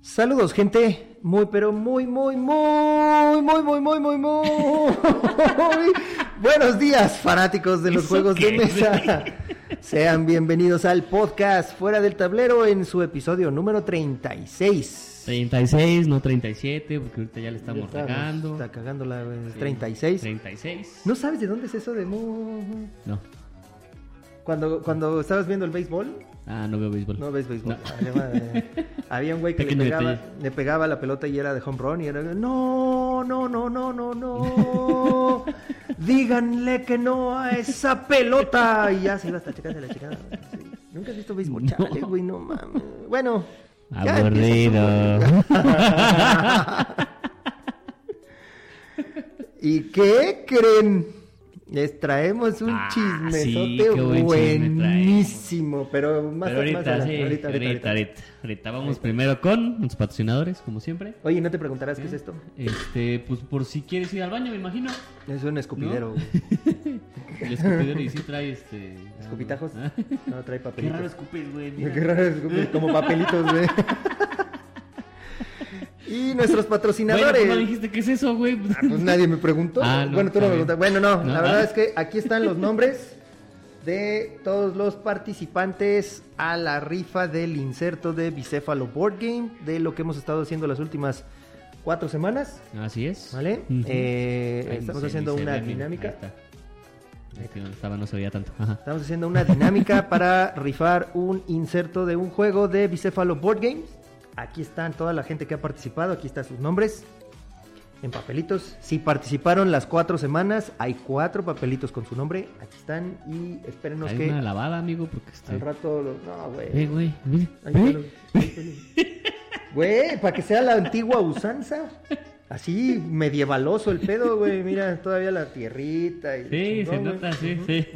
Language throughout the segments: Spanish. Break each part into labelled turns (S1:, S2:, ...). S1: Saludos, gente. Muy, pero muy, muy, muy, muy, muy, muy, muy, muy. Buenos días, fanáticos de los juegos de mesa. Sean bienvenidos al podcast Fuera del Tablero en su episodio número 36.
S2: 36, no 37, porque ahorita ya le
S1: Ya
S2: estamos
S1: estamos,
S2: cagando.
S1: Está cagando la eh, el 36.
S2: 36.
S1: ¿No sabes de dónde es eso de mu-
S2: No.
S1: Cuando, cuando estabas viendo el béisbol,
S2: Ah, no veo béisbol.
S1: no ves béisbol. Ah,
S2: No.
S1: Vale, madre. Había un güey que le
S2: Pequeño
S1: pegaba,
S2: detalle.
S1: le pegaba la pelota y era de home run y era no, no, no, no, no, no. Díganle que no a esa pelota. Y ya se iba hasta checarse la chingada. Sí. Nunca has visto béisbol,
S2: No.
S1: chale, güey, no mames. Bueno. ya
S2: Aburrido.
S1: empieza tu- ¿Y qué creen? Les traemos un
S2: Ah,
S1: chismesote
S2: sí, qué buen chisme traemos.
S1: buenísimo, pero más,
S2: Pero
S1: más
S2: ahorita,
S1: adelante,
S2: sí, ahorita, ahorita, Ahorita vamos primero con los patrocinadores, como siempre.
S1: Oye, ¿no te preguntarás
S2: ¿Eh?
S1: qué es esto?
S2: Este, pues por si quieres ir al baño, me imagino.
S1: Es un escupidero, güey.
S2: El escupidero y sí trae este. ah,
S1: escupitajos.
S2: ah.
S1: No, trae
S2: Qué raro
S1: papelitos.
S2: escupes, güey. mira. pues,
S1: Qué raro escupir, como papelitos, güey. y nuestros
S2: Bueno,
S1: patrocinadores.
S2: ¿tú no dijiste qué es eso, güey?
S1: Ah, pues nadie me preguntó.
S2: Ah, no,
S1: bueno, tú no
S2: está
S1: me
S2: bien.
S1: preguntaste. Bueno, no,
S2: No,
S1: la verdad
S2: ah.
S1: es que aquí están los nombres de todos los participantes a la rifa del inserto de Bicéfalo Board Game, de lo que hemos estado haciendo las últimas cuatro semanas,
S2: Así es.
S1: Ah. ¿vale?
S2: Ujú.
S1: Eh,
S2: Ay, ni
S1: estamos
S2: se- ni
S1: haciendo
S2: se
S1: una
S2: ve, mira,
S1: dinámica.
S2: ahí está. Es que donde estaba no se veía tanto. Ajá.
S1: Estamos haciendo una dinámica para rifar un inserto de un juego de Bicéfalo Board Games. Aquí están toda la gente que ha participado, aquí están sus nombres en papelitos. Si participaron las cuatro semanas, hay cuatro papelitos con su nombre. Aquí están y espérenos
S2: Hay
S1: que
S2: una lavada, amigo, porque está.
S1: al rato... lo- No,
S2: Ve,
S1: Eh, güey.
S2: güey, mira.
S1: Ahí
S2: ve.
S1: está lo- ahí está lo- Güey, para que sea la antigua usanza. Así, medievaloso el pedo, güey. Mira, todavía la tierrita. Y lo
S2: Sí, se
S1: chingón, güey.
S2: nota, sí, sí.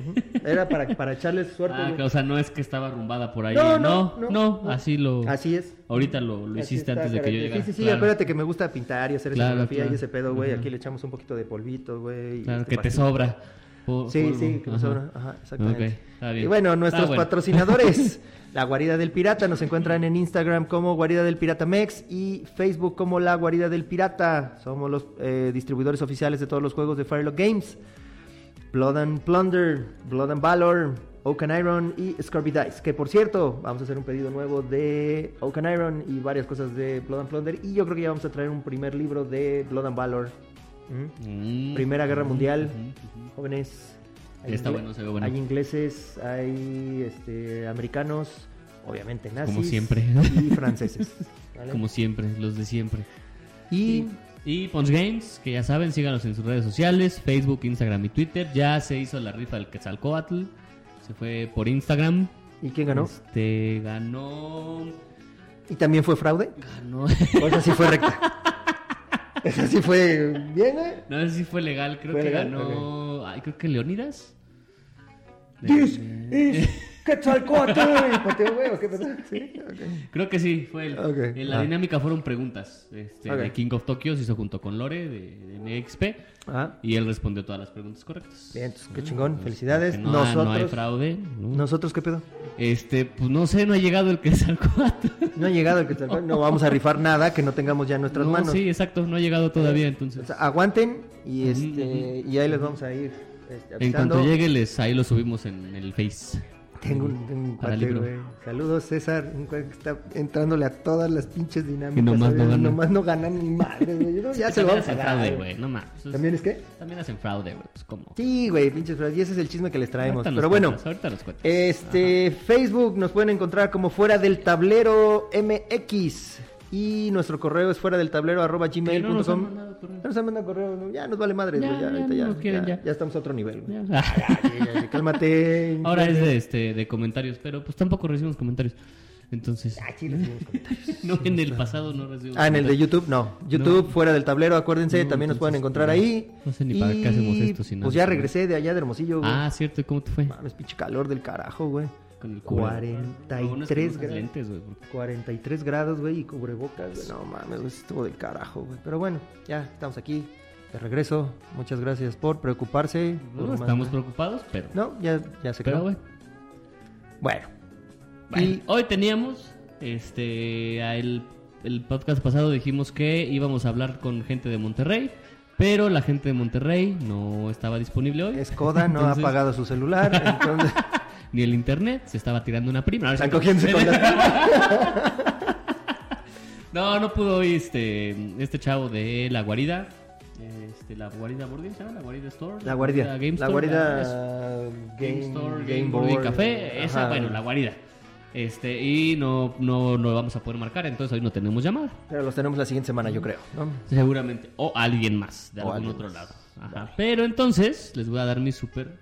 S1: Era para, para echarle suerte.
S2: Ah,
S1: güey.
S2: que, o sea, no es que estaba arrumbada por ahí.
S1: No,
S2: No,
S1: no,
S2: no,
S1: no, no.
S2: así lo.
S1: Así es.
S2: Ahorita lo, lo
S1: Así
S2: hiciste
S1: está,
S2: antes de que yo
S1: caray.
S2: llegara.
S1: Sí, sí, sí,
S2: Claro.
S1: acuérdate que me gusta pintar y hacer
S2: Claro,
S1: escenografía
S2: claro.
S1: y ese pedo, güey. Aquí
S2: Ujú.
S1: le echamos un poquito de polvito, güey. y
S2: Claro,
S1: este
S2: que te
S1: pastito.
S2: sobra. Po-
S1: Sí,
S2: polvo.
S1: sí, que me
S2: Ajá.
S1: sobra. Ajá, exactamente.
S2: Ok, está bien.
S1: Y bueno, nuestros
S2: Está bueno.
S1: patrocinadores. La Guarida del Pirata nos encuentran en Instagram como Guarida del Pirata Mex y Facebook como La Guarida del Pirata. Somos los eh, distribuidores oficiales de todos los juegos de Firelock Games. Blood and Plunder, Blood and Valor, Oak and Iron y Scurvy Dice. Que por cierto, vamos a hacer un pedido nuevo de Oak and Iron y varias cosas de Blood and Plunder. Y yo creo que ya vamos a traer un primer libro de Blood and Valor. ¿Mm?
S2: Mm.
S1: Primera Guerra Mundial,
S2: Ujú, ujú.
S1: jóvenes. hay
S2: Está
S1: ingle-
S2: bueno, se ve bueno.
S1: Hay ingleses, hay este, americanos, obviamente nazis.
S2: Como siempre.
S1: Y franceses. ¿vale?
S2: Como siempre, los de siempre.
S1: Y
S2: Y Pons Games, que ya saben, síganos en sus redes sociales, Facebook, Instagram y Twitter. Ya se hizo la rifa del Quetzalcoatl. Se fue por Instagram.
S1: ¿Y quién ganó?
S2: Este ganó.
S1: ¿Y también fue fraude?
S2: Ganó.
S1: O esa sí fue recta. Esa sí fue bien, ¿eh?
S2: No sé si fue legal, creo
S1: ¿Fue
S2: que
S1: legal?
S2: ganó. Ay, creo que Leonidas.
S1: This
S2: Eh,
S1: is Quetzalcóatl. Y pateó huevo, ¿qué pasó? Sí, ok.
S2: Creo que sí, fue él.
S1: Ok,
S2: En la
S1: ah.
S2: dinámica fueron preguntas este,
S1: Ok.
S2: de King of Tokyo, se hizo junto con Lore de, de MXP
S1: Ah,
S2: y él respondió todas las preguntas correctas.
S1: bien, entonces, qué
S2: Ah,
S1: chingón.
S2: pues,
S1: Felicidades.
S2: que No, ha- no hay
S1: nosotros,
S2: fraude. ¿no?
S1: ¿Nosotros qué pedo?
S2: Este, pues no sé, no ha llegado el que sacó.
S1: No ha llegado el Quetzalcóatl. No vamos a rifar nada que no tengamos ya en nuestras
S2: No,
S1: manos. Eh,
S2: sí, exacto, no ha llegado todavía, entonces.
S1: O sea, aguanten y,
S2: Ujú,
S1: este, y ahí les vamos a ir este,
S2: en
S1: avisando.
S2: cuanto llegue, les, ahí lo subimos en el Face.
S1: Tengo un, tengo un
S2: Para
S1: cuate,
S2: libro.
S1: güey. Saludos, César. Un cuate que está entrándole a todas las pinches dinámicas.
S2: Y nomás no
S1: ¿sabes?
S2: gana.
S1: Nomás no gana ni madre, güey. Yo creo que Ya se lo
S2: También
S1: vamos a
S2: hacen
S1: dar.
S2: fraude,
S1: güey.
S2: güey, no mames.
S1: ¿También es qué?
S2: También hacen fraude, güey, pues como.
S1: Sí, güey, pinches fraudes. Y ese es el chisme que les traemos.
S2: Ahorita nos
S1: Pero bueno,
S2: cuentas, ahorita nos cuentas.
S1: este Facebook nos pueden encontrar como fuera del tablero MX. Y nuestro correo es fuera del tablero arroba
S2: Que no nos han
S1: gmail.com.
S2: mandado correo.
S1: Ya nos han mandado correo, ¿no? ya nos vale madre,
S2: Ya,
S1: güey. Ya,
S2: ya
S1: ahorita
S2: no
S1: ya,
S2: lo quieren, ya.
S1: ya estamos a otro nivel, güey.
S2: Ya.
S1: Ya, ya, ya, Cálmate.
S2: Ahora es de, este, de comentarios, pero pues tampoco recibimos comentarios. Entonces,
S1: Ah, sí, recibimos comentarios.
S2: no, en el pasado no recibimos
S1: Ah, en el de
S2: comentarios.
S1: YouTube, no. YouTube, fuera del tablero, acuérdense,
S2: No,
S1: también nos
S2: entonces,
S1: pueden encontrar
S2: no.
S1: ahí.
S2: No sé ni para qué hacemos esto si no-
S1: Pues ya regresé de allá de Hermosillo, güey.
S2: Ah, cierto, ¿y cómo te fue?
S1: Mames, pinche calor del carajo, güey.
S2: Con el cubre.
S1: 43
S2: grados.
S1: grados.
S2: lentes, güey. porque-
S1: 43 grados, güey, y cubrebocas, güey. No mames, güey, estuvo del carajo, güey. Pero bueno, ya estamos aquí. De regreso, muchas gracias por preocuparse.
S2: No,
S1: por más-
S2: estamos preocupados, pero.
S1: No, ya, ya se
S2: pero
S1: quedó.
S2: bueno.
S1: Bueno.
S2: Bueno,
S1: Y-
S2: hoy teníamos, este, a el, el podcast pasado dijimos que íbamos a hablar con gente de Monterrey, pero la gente de Monterrey no estaba disponible hoy,
S1: Skoda no
S2: Entonces-
S1: ha pagado su celular, entonces
S2: ni el internet, se estaba tirando una prima.
S1: están cogiéndose con la...
S2: No, no pudo hoy este, este chavo de La Guarida, este, La Guarida Boarding, ¿se llama? La Guarida Store.
S1: la guardia.
S2: Game
S1: La
S2: Store,
S1: guardia
S2: Game Store, Game,
S1: Board.
S2: Board y Café, esa,
S1: Ajá.
S2: bueno, la guarida. Este, y no, no, no vamos a poder marcar, entonces hoy no tenemos llamada.
S1: Pero los tenemos la siguiente semana,
S2: Mm.
S1: yo creo, ¿no?
S2: Seguramente. O alguien más, de
S1: O
S2: algún
S1: alguien
S2: otro
S1: más.
S2: lado. Ajá. Pero entonces, les voy a dar mi súper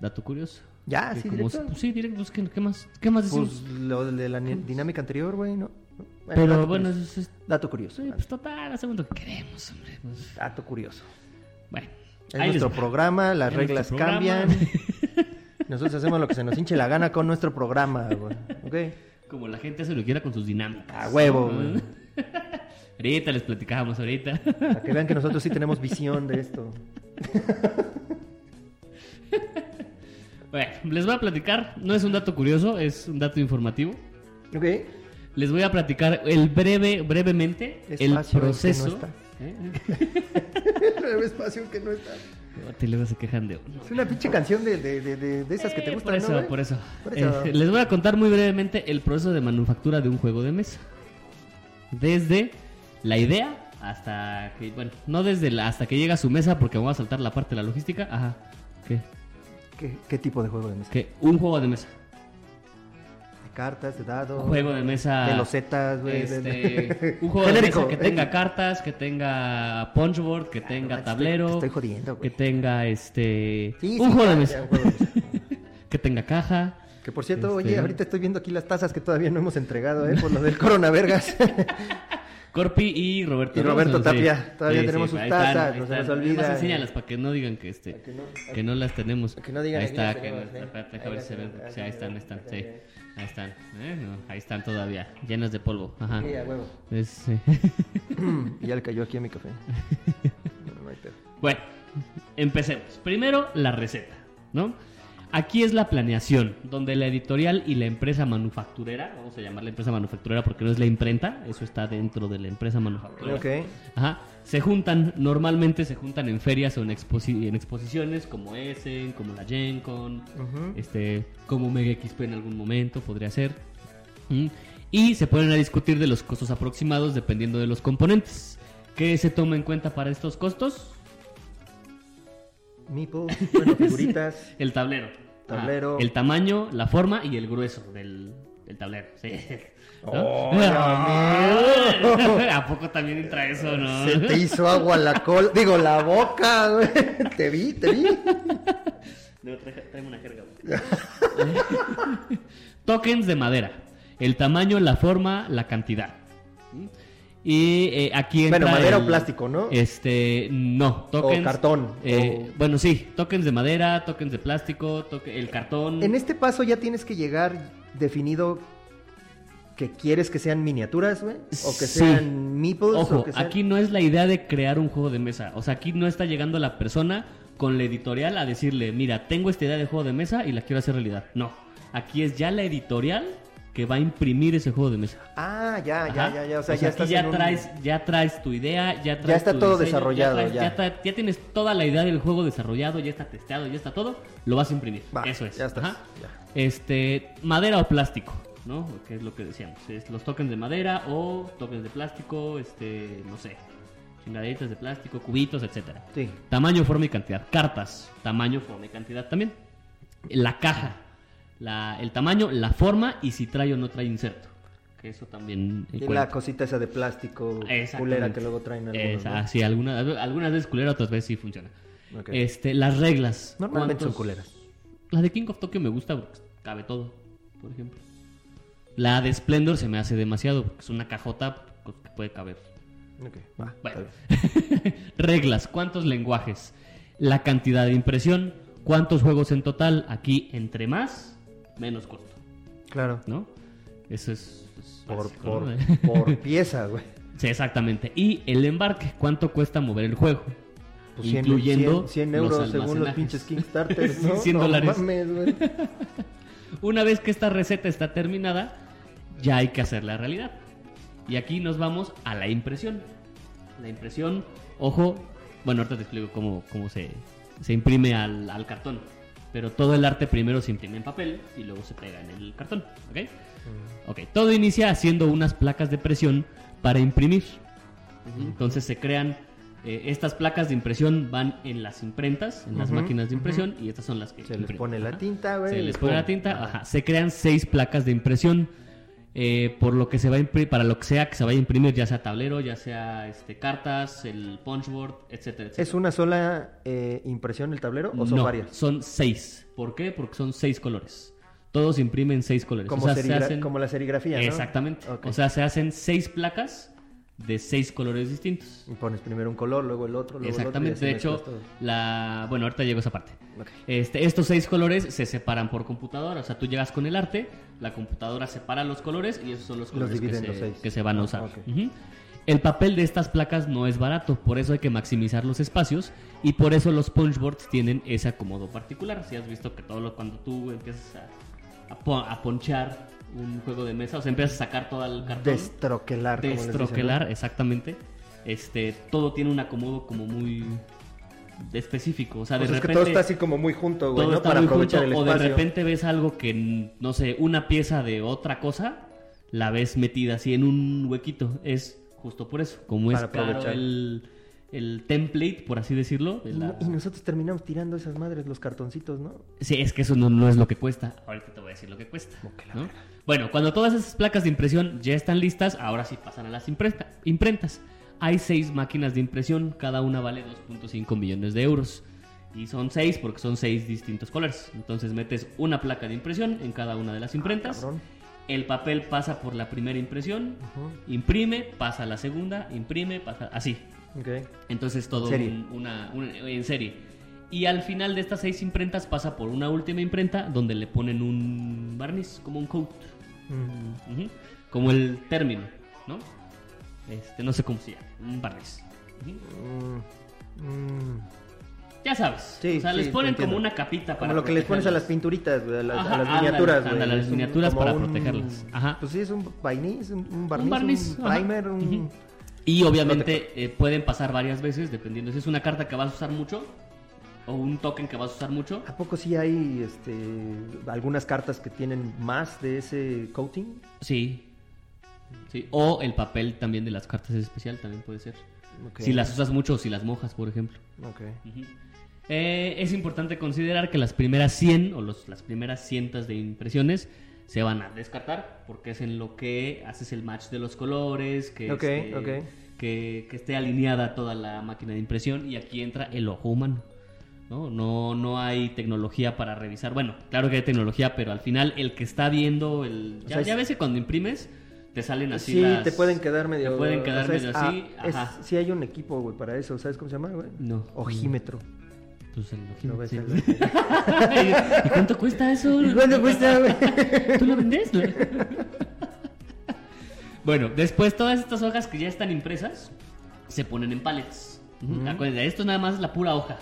S2: dato curioso.
S1: Ya,
S2: Que
S1: Ah, sí,
S2: como-
S1: directo.
S2: pues sí, directo, pues, ¿qué, qué más? ¿Qué más decimos?
S1: Pues lo de la ni- dinámica anterior, güey, ¿no?
S2: Pero
S1: dato
S2: bueno,
S1: curioso.
S2: eso es-
S1: Dato curioso.
S2: sí, pues total, hacemos lo que queremos, hombre. pues,
S1: Dato curioso.
S2: bueno.
S1: Es
S2: ahí les
S1: nuestro
S2: va.
S1: programa, las
S2: Es
S1: reglas
S2: nuestro programa.
S1: cambian. Nosotros hacemos lo que se nos hinche la gana con nuestro programa, güey. ¿Ok?
S2: Como la gente se lo quiera con sus dinámicas.
S1: A huevo, güey.
S2: Ahorita les platicábamos, ahorita.
S1: Para que vean que nosotros sí tenemos visión de esto.
S2: Bueno, les voy a platicar, no es un dato curioso, es un dato informativo.
S1: ¿Ok?
S2: Les voy a platicar el breve, brevemente,
S1: Espacio
S2: el proceso.
S1: en que El espacio que no está.
S2: ¿Eh? Te luego se quejan de uno.
S1: Es una pinche canción de, de, de, de- de esas que te
S2: Eh,
S1: gustan,
S2: por eso,
S1: ¿no, güey?
S2: por eso.
S1: Por eso.
S2: Eh, les voy a contar muy brevemente el proceso de manufactura de un juego de mesa. Desde la idea hasta que, bueno, no desde la, hasta que llega a su mesa porque me voy a saltar la parte de la logística. Ajá. ¿Qué?
S1: ¿Qué, qué tipo de juego de mesa?
S2: ¿Qué? Un juego de mesa.
S1: De cartas, de dados.
S2: Un juego de mesa.
S1: De losetas, güey. de-
S2: Este,
S1: de-
S2: un juego de
S1: Genérico,
S2: mesa que
S1: eh.
S2: tenga cartas, que tenga punchboard, que tenga
S1: manches,
S2: tablero,
S1: te- te estoy jodiendo,
S2: que
S1: güey.
S2: tenga este
S1: Sí,
S2: un
S1: sí,
S2: juego de
S1: ya,
S2: mesa,
S1: ya, un juego de mesa.
S2: que tenga caja.
S1: Que por cierto,
S2: Este-
S1: oye, ahorita estoy viendo aquí las tazas que todavía no hemos entregado, ¿eh? Por lo del coronavergas.
S2: Corpi y Roberto
S1: Y Roberto
S2: Rosso,
S1: Tapia. Todavía tenemos sus
S2: ahí
S1: tazas,
S2: ahí
S1: no se nos
S2: están.
S1: olvida.
S2: Además, enséñalas para que no digan que este
S1: que no-
S2: que no las tenemos.
S1: que no digan
S2: Ahí
S1: aquí las
S2: está, que no,
S1: tenemos, ¿eh?
S2: espérate, deja
S1: Ahí
S2: ver
S1: las
S2: si se ven.
S1: tenemos,
S2: Sí,
S1: ahí
S2: ahí están, ahí
S1: las
S2: están,
S1: tenemos,
S2: sí.
S1: ahí están,
S2: Ahí están, ¿eh? No, ahí están todavía, llenas de polvo. Ajá.
S1: Sí, a huevo.
S2: Es, sí.
S1: y ya le cayó aquí a mi café. No, no hay pedo.
S2: Bueno, empecemos. Primero, la receta, ¿no? Aquí es la planeación, donde la editorial y la empresa manufacturera, vamos a llamarla empresa manufacturera porque no es la imprenta, eso está dentro de la empresa manufacturera.
S1: Ok.
S2: Ajá. Se juntan, normalmente se juntan en ferias o en, exposi- en exposiciones como Essen, como la Gen Con,
S1: Ujú.
S2: este, como Mega XP en algún momento podría ser. ¿Mm? Y se ponen a discutir de los costos aproximados dependiendo de los componentes. ¿Qué se toma en cuenta para estos costos?
S1: Meeples, bueno, figuritas.
S2: El tablero.
S1: Tablero.
S2: el tamaño, la forma y el grueso del, del tablero. Sí. ¿No?
S1: ¡Oh, la mierda!
S2: ¿A poco también entra eso, no?
S1: Se te hizo agua la cola. Digo, la boca, güey. Te vi, te vi.
S2: No, trae- tráeme una jerga. güey. Tokens de madera. El tamaño, la forma, la cantidad. Y eh, aquí entra
S1: Bueno, madera
S2: el-
S1: o plástico, ¿no?
S2: Este, no, tokens.
S1: cartón,
S2: eh,
S1: o-
S2: Bueno, sí, tokens de madera, tokens de plástico, toque- el cartón.
S1: En este paso ya tienes que llegar definido que quieres que sean miniaturas, güey. O que
S2: Sí.
S1: sean meeples.
S2: Ojo,
S1: o que sean...
S2: aquí no es la idea de crear un juego de mesa. O sea, aquí no está llegando la persona con la editorial a decirle, mira, tengo esta idea de juego de mesa y la quiero hacer realidad. No, aquí es ya la editorial que va a imprimir ese juego de mesa.
S1: Ah, ya, ya,
S2: Ajá.
S1: ya, ya. O sea, ya
S2: aquí
S1: estás
S2: ya
S1: en un-
S2: traes, ya traes tu idea, ya traes
S1: está
S2: tu
S1: todo
S2: diseño,
S1: desarrollado,
S2: traes-
S1: ya.
S2: tra- ya tienes toda la idea del juego desarrollado, ya está testeado, ya está todo, lo vas a imprimir.
S1: Va,
S2: Eso es.
S1: Ya estás.
S2: Ajá.
S1: ya.
S2: Este, madera o plástico, ¿no? Que es lo que decíamos. Es los tokens de madera o tokens de plástico, este, no sé, chingaderitas de plástico, cubitos, etcétera.
S1: Sí.
S2: Tamaño, forma y cantidad. Cartas, tamaño, forma y cantidad también. La caja, la- el tamaño, la forma y si trae o no trae inserto. Que eso también.
S1: Y
S2: cuenta.
S1: la cosita esa de plástico
S2: Exactamente.
S1: culera que luego traen algunos,
S2: Esa-
S1: ¿no?
S2: ah, sí, algunas, algunas veces culera, otras veces sí funciona.
S1: Ok.
S2: Este, las reglas.
S1: Normalmente son
S2: ¿Cuántos-
S1: culeras.
S2: la de King of Tokyo me gusta porque cabe todo, por ejemplo. La de Splendor se me hace demasiado porque es una cajota que puede caber.
S1: Ok, va, está
S2: Bueno.
S1: bien.
S2: Reglas, ¿cuántos lenguajes? La cantidad de impresión, ¿cuántos juegos en total? Aquí, entre más, menos costo,
S1: Claro.
S2: ¿no? Eso es... pues,
S1: Por,
S2: básico,
S1: por,
S2: ¿no?
S1: por pieza, güey.
S2: Sí, exactamente. Y el embarque, ¿cuánto cuesta mover el juego?
S1: Pues 100,
S2: incluyendo
S1: 100, 100 euros
S2: los
S1: según los
S2: almacenajes.
S1: pinches Kickstarters,
S2: Sí,
S1: ¿no?
S2: 100
S1: No
S2: dólares.
S1: mames, güey.
S2: Una vez que esta receta está terminada, ya hay que hacerla realidad. Y aquí nos vamos a la impresión. La impresión, ojo, bueno, ahorita te explico cómo, cómo se, se imprime al, al cartón. Pero todo el arte primero se imprime en papel y luego se pega en el cartón, ¿ok?
S1: Mm.
S2: Ok, todo inicia haciendo unas placas de presión para imprimir. Entonces se crean, eh, estas placas de impresión van en las imprentas, en las
S1: Ujú,
S2: máquinas de impresión, y estas son las que
S1: Se les
S2: imprimen.
S1: pone la
S2: Ajá.
S1: tinta, güey.
S2: Se
S1: y
S2: les pone la
S1: pum.
S2: tinta, ajá. Se crean seis placas de impresión. eh, por lo que se va a imprimir, para lo que sea que se vaya a imprimir, ya sea tablero, ya sea este, cartas, el punchboard, etcétera, etcétera.
S1: ¿Es una sola eh, impresión el tablero o son
S2: No,
S1: varias?
S2: Son seis. ¿Por qué? Porque son seis colores. Todos imprimen seis colores.
S1: Como,
S2: o sea, se
S1: serigra-
S2: hacen...
S1: como la serigrafía, ¿no?
S2: Exactamente.
S1: Ok.
S2: O sea, se hacen seis placas de seis colores distintos.
S1: Y pones primero un color, luego el otro, luego el otro. y
S2: Exactamente.
S1: así
S2: De
S1: mezclas
S2: hecho,
S1: todo.
S2: la... Bueno, ahorita llego a esa parte.
S1: Ok.
S2: Este, estos seis colores se separan por computadora. O sea, tú llegas con el arte, la computadora separa los colores y esos son los
S1: Los
S2: colores que,
S1: divide en
S2: se,
S1: los seis.
S2: que se van a
S1: Ah,
S2: usar.
S1: ok.
S2: Ujú. El papel de estas placas no es barato, por eso hay que maximizar los espacios y por eso los punchboards tienen ese acomodo particular. Si has visto que todo lo, cuando tú empiezas a, a pon- a ponchar un juego de mesa, o sea, empiezas a sacar todo el cartón
S1: Destroquelar. como les dicen, ¿no?
S2: destroquelar, exactamente. Este, todo tiene un acomodo como muy específico. O sea,
S1: O
S2: de
S1: sea, Pues es que
S2: repente
S1: todo está así como muy junto, güey,
S2: todo
S1: ¿no?
S2: está
S1: Para
S2: muy
S1: aprovechar
S2: junto,
S1: el
S2: o de
S1: espacio.
S2: repente ves algo que no sé una pieza de otra cosa la ves metida así en un huequito es justo por eso como es
S1: Para
S2: caro
S1: aprovechar.
S2: el, el template por así decirlo de pues, la-
S1: Y y nosotros terminamos tirando esas madres, los cartoncitos, ¿no?
S2: Sí, es que eso no, no es lo que cuesta. Ahorita te voy a decir lo que cuesta.
S1: Como que la
S2: ¿no?
S1: verga.
S2: Bueno, cuando todas esas placas de impresión ya están listas, ahora sí pasan a las imprenta- imprentas. Hay seis máquinas de impresión, cada una vale 2.5 millones de euros. Y son seis porque son seis distintos colores. Entonces metes una placa de impresión en cada una de las imprentas.
S1: Ah, Cabrón.
S2: el papel pasa por la primera impresión,
S1: Ujú.
S2: imprime, pasa a la segunda, imprime, pasa así.
S1: Ok.
S2: Entonces todo
S1: Serie.
S2: un- una, un- en serie. Y al final de estas seis imprentas pasa por una última imprenta donde le ponen un barniz, como un coat,
S1: Mm.
S2: Ujú. como el término, ¿no? Este, no sé cómo se llama, un barniz. Ujú.
S1: Mm. Mm.
S2: Ya sabes,
S1: Sí,
S2: o sea,
S1: sí,
S2: les
S1: te
S2: ponen
S1: entiendo.
S2: como una capita para
S1: Como lo que les pones a las
S2: protegerlas.
S1: pinturitas, güey, a las,
S2: Ajá,
S1: a las
S2: ándale,
S1: miniaturas, güey.
S2: ándale, a las
S1: Es un-
S2: miniaturas
S1: como
S2: para protegerlas. Ajá.
S1: Pues sí, es un vainiz, un, un barniz, un,
S2: barniz, ajá.
S1: primer, un...
S2: Ujú. Y obviamente eh, pueden pasar varias veces, dependiendo si es una carta que vas a usar mucho o un token que vas a usar mucho.
S1: ¿A poco sí hay este, algunas cartas que tienen más de ese coating?
S2: Sí. Sí, o el papel también de las cartas es especial, también puede ser.
S1: Ok.
S2: Si las usas mucho o si las mojas, por ejemplo.
S1: Ok.
S2: Eh, es importante considerar que las primeras 100 o los- las primeras cientas de impresiones se van a descartar porque es en lo que haces el match de los colores, que,
S1: Ok,
S2: esté,
S1: ok.
S2: que, que esté alineada toda la máquina de impresión y aquí entra el ojo humano. ¿no? No, no hay tecnología para revisar. Bueno, claro que hay tecnología, pero al final el que está viendo el...
S1: O
S2: Ya,
S1: sea, es-
S2: ya ves que cuando imprimes te salen así
S1: Sí,
S2: las-
S1: te pueden quedar medio...
S2: Te pueden quedar
S1: o sea, es-
S2: medio
S1: ah,
S2: así.
S1: es-
S2: Ajá.
S1: sí hay un equipo, güey, para eso. ¿Sabes cómo se llama, güey?
S2: No.
S1: Ojímetro.
S2: Pues el
S1: ¿Lo
S2: ojímetro,
S1: ves?
S2: sí.
S1: ahí?
S2: ¿Y cuánto cuesta eso?
S1: ¿Y ¿Cuánto cuesta, güey?
S2: ¿Tú lo vendes? bueno, después todas estas hojas que ya están impresas se ponen en pallets.
S1: Ujú.
S2: Acuérdense, esto nada más es la pura hoja.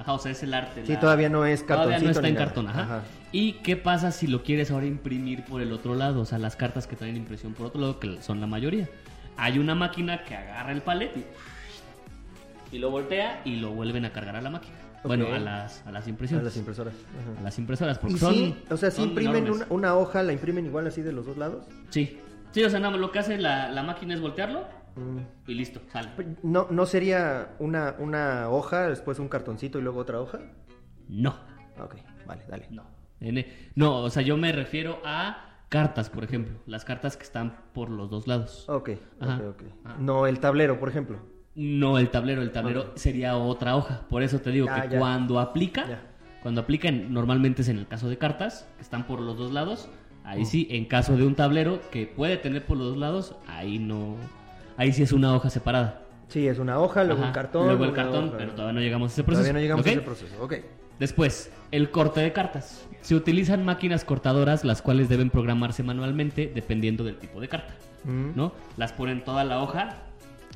S2: Ajá, o sea, es el arte.
S1: Sí,
S2: la-
S1: todavía no es cartoncito.
S2: Todavía no está
S1: ni
S2: en
S1: nada.
S2: cartón, ajá. ¿Y qué pasa si lo quieres ahora imprimir por el otro lado? O sea, las cartas que traen impresión por otro lado, que son la mayoría. Hay una máquina que agarra el palet y, y lo voltea y lo vuelven a cargar a la máquina. Bueno, a las, a las
S1: A
S2: impresiones.
S1: las impresoras. Ajá.
S2: A las impresoras, porque
S1: Y
S2: son.
S1: sí, o sea, si
S2: son
S1: imprimen
S2: enormes.
S1: una, una hoja, la imprimen igual así de los dos lados.
S2: Sí. Sí, o sea, nada más lo que hace la, la máquina es voltearlo
S1: Mm.
S2: y listo, sale.
S1: No, no sería una, una hoja, después un cartoncito y luego otra hoja. Ah,
S2: No,
S1: Ok, vale, dale.
S2: no. En- e, no, o sea, yo me refiero a cartas, por ejemplo. Las cartas que están por los dos lados.
S1: Ok,
S2: Ajá.
S1: ok, ok.
S2: Ah.
S1: No, el tablero, por ejemplo.
S2: No el tablero, el tablero sería otra hoja. Por eso te digo
S1: Ya,
S2: que
S1: ya.
S2: cuando aplica,
S1: Ya.
S2: cuando aplican, normalmente es en el caso de cartas, que están por los dos lados. Ahí sí, en caso de un tablero que puede tener por los dos lados, ahí no. Ahí sí es una hoja separada.
S1: Sí, es una hoja, luego
S2: Ajá,
S1: un cartón.
S2: Luego el
S1: una
S2: cartón,
S1: hoja.
S2: pero todavía no llegamos a ese proceso.
S1: Todavía no llegamos
S2: ¿ok?
S1: a ese proceso. Ok.
S2: Después, el corte de cartas. Se utilizan máquinas cortadoras, las cuales deben programarse manualmente dependiendo del tipo de carta.
S1: Mm.
S2: ¿no? Las ponen toda la hoja,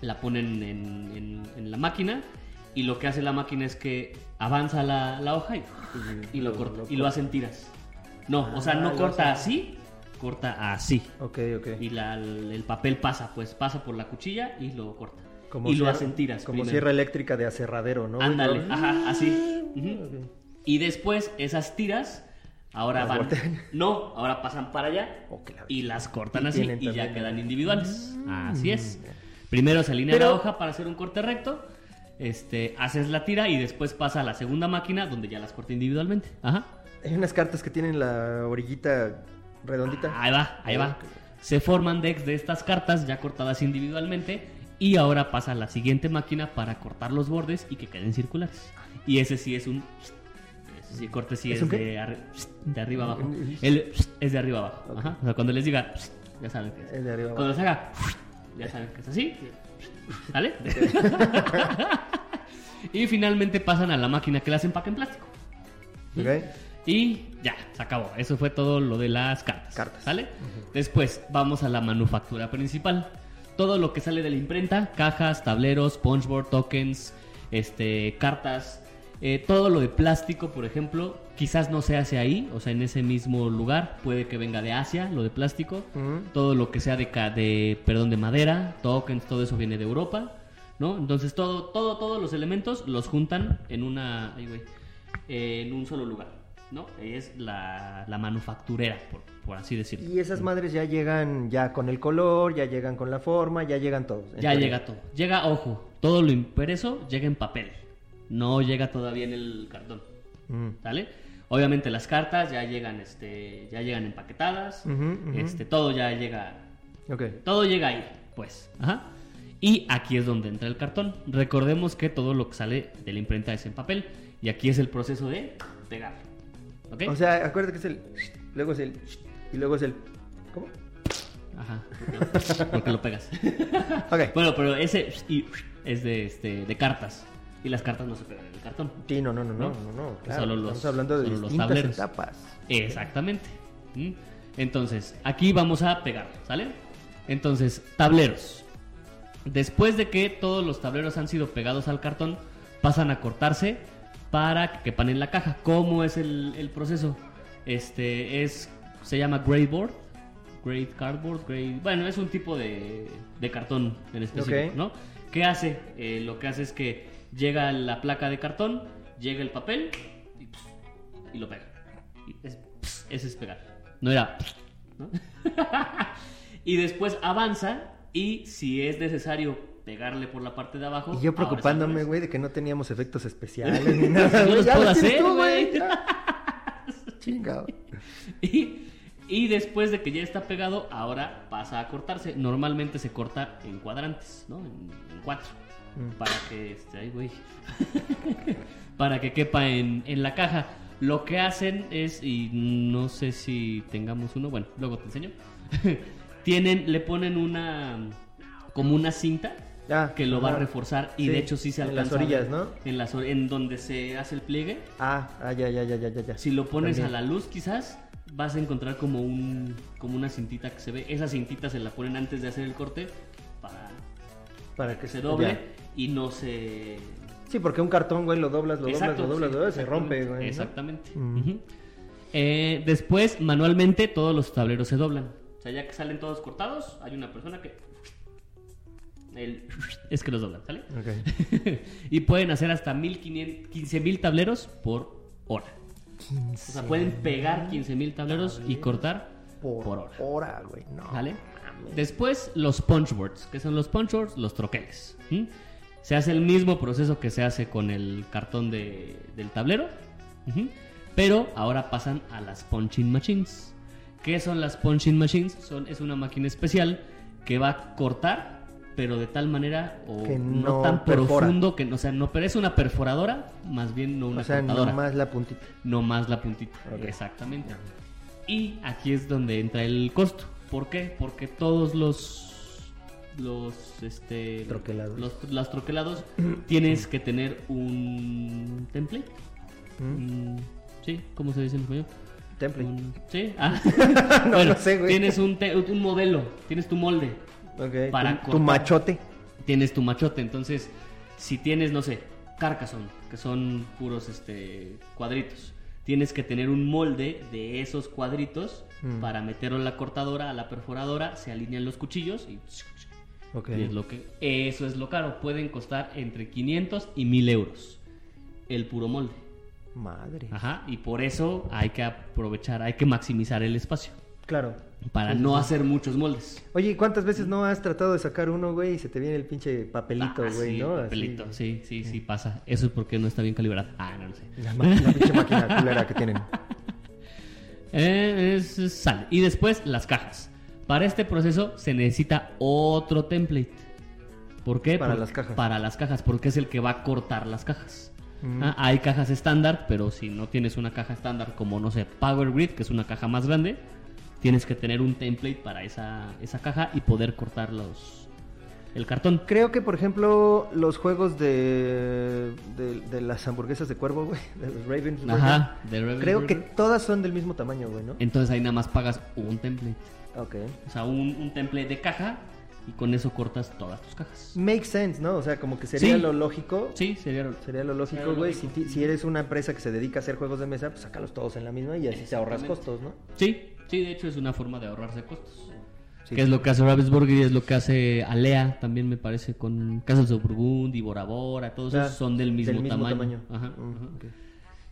S2: la ponen en, en- en la máquina Y lo que hace la máquina es que avanza la, la hoja y, y lo corta. Y lo hacen tiras. No, o sea,
S1: Ah,
S2: no
S1: lo
S2: corta
S1: hace-
S2: así, corta así.
S1: Ok, ok.
S2: Y la- el papel pasa, pues pasa por la cuchilla y lo corta.
S1: Como
S2: y lo
S1: sierra-
S2: hacen tiras.
S1: Como
S2: primero.
S1: sierra eléctrica de aserradero, ¿no?
S2: Ándale,
S1: Yo-
S2: ajá, así. Ujú.
S1: Ok.
S2: Y después esas tiras ahora
S1: Las
S2: van.
S1: voltean.
S2: No, ahora pasan para allá
S1: Oh, que la-
S2: y las cortan
S1: Y
S2: así
S1: tienen
S2: y ya
S1: también- Mm.
S2: quedan individuales. Así es. Primero se alinea
S1: Pero-
S2: la hoja para hacer un corte recto. Este, haces la tira y después pasa a la segunda máquina donde ya las corta individualmente. Ajá.
S1: Hay unas cartas que tienen la orillita redondita.
S2: Ahí va, ahí va. Se forman decks de estas cartas ya cortadas individualmente y ahora pasa a la siguiente máquina para cortar los bordes y que queden circulares. Y ese sí es un... Ese sí, corte sí
S1: ¿Es
S2: es,
S1: un qué?
S2: de, arri- de arriba abajo. El es de arriba abajo.
S1: Ok.
S2: Ajá. O sea, cuando les diga, ya saben que es.
S1: Es Eh, de arriba abajo.
S2: Cuando les haga, ya saben que es así. ¿Sale? y finalmente pasan a la máquina que las empaca en plástico.
S1: ¿Ok?
S2: Y ya, se acabó. Eso fue todo lo de las cartas.
S1: Cartas.
S2: ¿Sale? Después vamos a la manufactura principal. Todo lo que sale de la imprenta, cajas, tableros, punchboard, tokens, este, cartas, eh, todo lo de plástico, por ejemplo, quizás no se hace ahí, o sea, en ese mismo lugar, puede que venga de Asia, lo de plástico,
S1: Ujú.
S2: todo lo que sea de, ca- de, perdón, de madera, tokens, todo eso viene de Europa, ¿no? Entonces todo, todo, todos los elementos los juntan en una, ay, güey, eh, en un solo lugar, ¿no? Es la, la manufacturera, por, por así decirlo.
S1: Y esas madres ya llegan ya con el color, ya llegan con la forma, ya llegan todos.
S2: Ya llega todo. Llega, ojo, todo lo impreso llega en papel, no llega todavía en el cartón,
S1: Mm,
S2: ¿sale? Obviamente las cartas ya llegan, este, ya llegan empaquetadas,
S1: Ujú, ujú.
S2: este, todo ya llega
S1: Ok.
S2: Todo llega ahí, pues. Ajá. Y aquí es donde entra el cartón. Recordemos que todo lo que sale de la imprenta es en papel. Y aquí es el proceso de pegar. ¿Ok?
S1: O sea, acuérdate que es el... Luego es el... Y luego es el... ¿Cómo?
S2: Ajá. porque- Porque lo pegas.
S1: Ok.
S2: bueno, pero ese y es de, este, de cartas. Y las cartas no se pegan en el cartón.
S1: Sí, no, no, no, no,
S2: ¿No?
S1: no, no,
S2: Que
S1: claro,
S2: solo los-
S1: Estamos hablando de
S2: solo los
S1: distintas
S2: tableros.
S1: etapas.
S2: Exactamente. ¿Mm? Entonces, aquí vamos a pegar, ¿sale? Entonces, tableros. Después de que todos los tableros han sido pegados al cartón, pasan a cortarse para que quepan en la caja. ¿Cómo es el, el proceso? Este es. se llama grade board. Grade cardboard, grade. Bueno, es un tipo de, de cartón en específico,
S1: Ok.
S2: ¿no? ¿Qué hace? Eh, lo que hace es que llega la placa de cartón, llega el papel y pss, y lo pega. Y es- pss, ese es pegar. No era. pss, ¿no? y después avanza y si es necesario pegarle por la parte de abajo.
S1: Y yo
S2: ahora
S1: preocupándome,
S2: sí lo
S1: güey, de que no teníamos efectos especiales ni nada.
S2: Yo
S1: güey.
S2: los
S1: Ya
S2: puedo
S1: tienes
S2: hacer,
S1: tú,
S2: güey.
S1: ya. Chingado.
S2: haces. Y, y después de que ya está pegado, ahora pasa a cortarse. Normalmente se corta en cuadrantes, ¿no? En, en cuatro.
S1: Mm.
S2: Para que este, ay, güey. para que quepa en, en la caja. Lo que hacen es, y no sé si tengamos uno, bueno, luego te enseño. Tienen, le ponen una como una cinta
S1: Ya,
S2: que lo va a
S1: ajá.
S2: reforzar y
S1: Sí,
S2: de hecho sí se
S1: en las
S2: alcanza. a ver
S1: orillas, ¿no?
S2: En las or- en donde se hace el pliegue.
S1: Ah, ah, ya, ya, ya, ya, ya, ya.
S2: Si lo pones
S1: También.
S2: a la luz quizás vas a encontrar como un como una cintita que se ve. Esa cintita se la ponen antes de hacer el corte para
S1: Para
S2: que se doble
S1: ya.
S2: y no se
S1: Sí, porque un cartón, güey, lo doblas, lo doblas, lo doblas,
S2: sí,
S1: lo doblas, se
S2: exactamente,
S1: rompe, güey. ¿no?
S2: Exactamente.
S1: Ujú.
S2: Ujú. Eh, después, manualmente, todos los tableros se doblan. O sea, ya que salen todos cortados, hay una persona que. el- Es que los doblan, ¿sale?
S1: Ok.
S2: y pueden hacer hasta 1500 15.000 tableros por hora. O sea, pueden pegar 15.000 tableros y cortar por,
S1: Por
S2: hora.
S1: hora, güey, no.
S2: ¿Vale? Después, los punchboards. ¿Qué son los punchboards? Los troqueles. ¿m? Se hace el mismo proceso que se hace con el cartón de- del tablero. ujú, Pero ahora pasan a las punching machines. ¿Qué son las punching machines? Son, es una máquina especial que va a cortar, pero de tal manera o
S1: Que
S2: no,
S1: no
S2: tan
S1: perfora.
S2: profundo que no, o sea, no, pero es una perforadora, más bien no una
S1: O sea,
S2: cortadora
S1: nomás la puntita.
S2: no más la puntita.
S1: Ok.
S2: Exactamente. Y aquí es donde entra el costo. ¿Por qué? Porque todos los los este
S1: Troquelados.
S2: los, los troquelados tienes que tener un template.
S1: ¿Mm?
S2: Un- sí, ¿cómo se dice en español?
S1: Temple.
S2: Un- sí. Ah.
S1: No,
S2: bueno,
S1: no sé, güey.
S2: tienes un te- un modelo, tienes tu molde
S1: Ok,
S2: para
S1: tu- tu
S2: cortar.
S1: machote.
S2: tienes tu machote. Entonces, si tienes, no sé, Carcassonne, que son puros este, cuadritos. Tienes que tener un molde de esos cuadritos
S1: Mm.
S2: para meterlo a la cortadora, a la perforadora, se alinean los cuchillos y,
S1: Ok.
S2: y es lo que eso es lo caro. Pueden costar entre 500 y 1000 euros el puro molde.
S1: Madre.
S2: Ajá, y por eso hay que aprovechar, hay que maximizar el espacio
S1: Claro.
S2: para
S1: Sí, sí,
S2: no
S1: sí.
S2: hacer muchos moldes.
S1: Oye, ¿y ¿cuántas veces no has tratado de sacar uno, güey, y se te viene el pinche papelito,
S2: Ah,
S1: güey,
S2: sí,
S1: ¿no? Así.
S2: papelito. Sí, sí, sí, pasa. Eso es porque no está bien calibrado. Ah, no lo sé.
S1: La, ma- la pinche máquina culera que tienen.
S2: Eh, es, es sal. Y después las cajas. Para este proceso se necesita otro template. ¿Por qué?
S1: Para
S2: Por-
S1: las cajas.
S2: Para las cajas, porque es el que va a cortar las cajas.
S1: Mm.
S2: Ah, hay cajas estándar, pero si no tienes una caja estándar como, no sé, Power Grid, que es una caja más grande, tienes que tener un template para esa, esa caja y poder cortar los, el cartón.
S1: Creo que, por ejemplo, los juegos de, de, de las hamburguesas de cuervo, güey, de los Ravens. Burger,
S2: Ajá, de Rebel
S1: Creo que
S2: Burger.
S1: todas son del mismo tamaño, güey, ¿no?
S2: Entonces ahí nada más pagas un template.
S1: Ok.
S2: O sea, un, un template de caja y con eso cortas todas tus cajas.
S1: Make sense, ¿no? O sea, como que sería
S2: Sí.
S1: lo lógico.
S2: Sí, sería lo-
S1: Sería lo
S2: Sería
S1: lógico,
S2: lo
S1: güey. Si,
S2: lógico.
S1: ti- si eres una empresa que se dedica a hacer juegos de mesa, pues sácalos todos en la misma y así se ahorras
S2: Exactamente.
S1: costos, ¿no?
S2: Sí, sí, de hecho es una forma de ahorrarse costos.
S1: Sí.
S2: Que es lo que hace Ravensburger y es lo que hace Alea también, me parece, con Casas de Burgund y Bora Bora, todos
S1: Ah,
S2: esos son del mismo tamaño. Ajá,
S1: Mm,
S2: ajá.
S1: ok.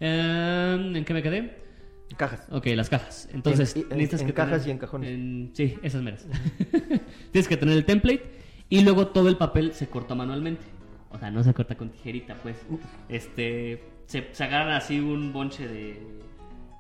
S2: Em, ¿En qué me quedé?
S1: Cajas.
S2: Ok, las cajas. Entonces,
S1: En- en-
S2: necesitas
S1: en
S2: que
S1: cajas
S2: tener-
S1: y en cajones.
S2: en- sí, esas meras. Tienes que tener el template y luego todo el papel se corta manualmente. O sea, no se corta con tijerita, pues. Este, se, se agarran así un bonche de,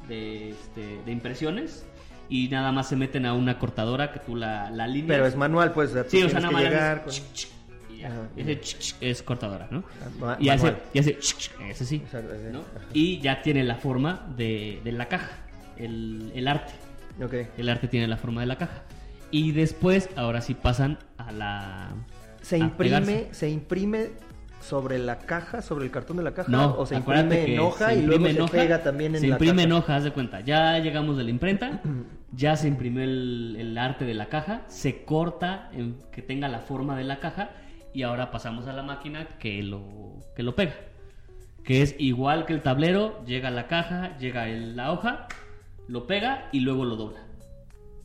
S2: de, este, de impresiones y nada más se meten a una cortadora que tú la, la alineas.
S1: Pero es manual, pues. O sea, tú
S2: sí, o
S1: tienes
S2: sea, nada
S1: que
S2: más le
S1: llegar
S2: haces
S1: con-
S2: ch, ch, y ya.
S1: Ajá.
S2: Ese ch, ch es cortadora, ¿no?
S1: Ma-
S2: Y hace,
S1: manual.
S2: y hace ch, ch, ese sí.
S1: O sea, eh,
S2: ¿no? Y ya tiene la forma de, de la caja, el, el arte.
S1: eh, Ok.
S2: El arte tiene la forma de la caja. Y después, ahora sí pasan a la...
S1: ¿Se
S2: a
S1: imprime,
S2: pegarse.
S1: ¿Se imprime sobre la caja, sobre el cartón de la caja?
S2: No,
S1: ¿O se
S2: acuérdate
S1: imprime en
S2: que
S1: hoja
S2: se
S1: y luego
S2: imprime en
S1: se
S2: hoja,
S1: pega también en
S2: Se
S1: la
S2: imprime
S1: caja?
S2: en hoja, haz de cuenta. Ya llegamos de la imprenta, ya se imprimió el, el arte de la caja, se corta en que tenga la forma de la caja y ahora pasamos a la máquina que lo, que lo pega. Que es igual que el tablero, llega a la caja, llega el- la hoja, lo pega y luego lo dobla.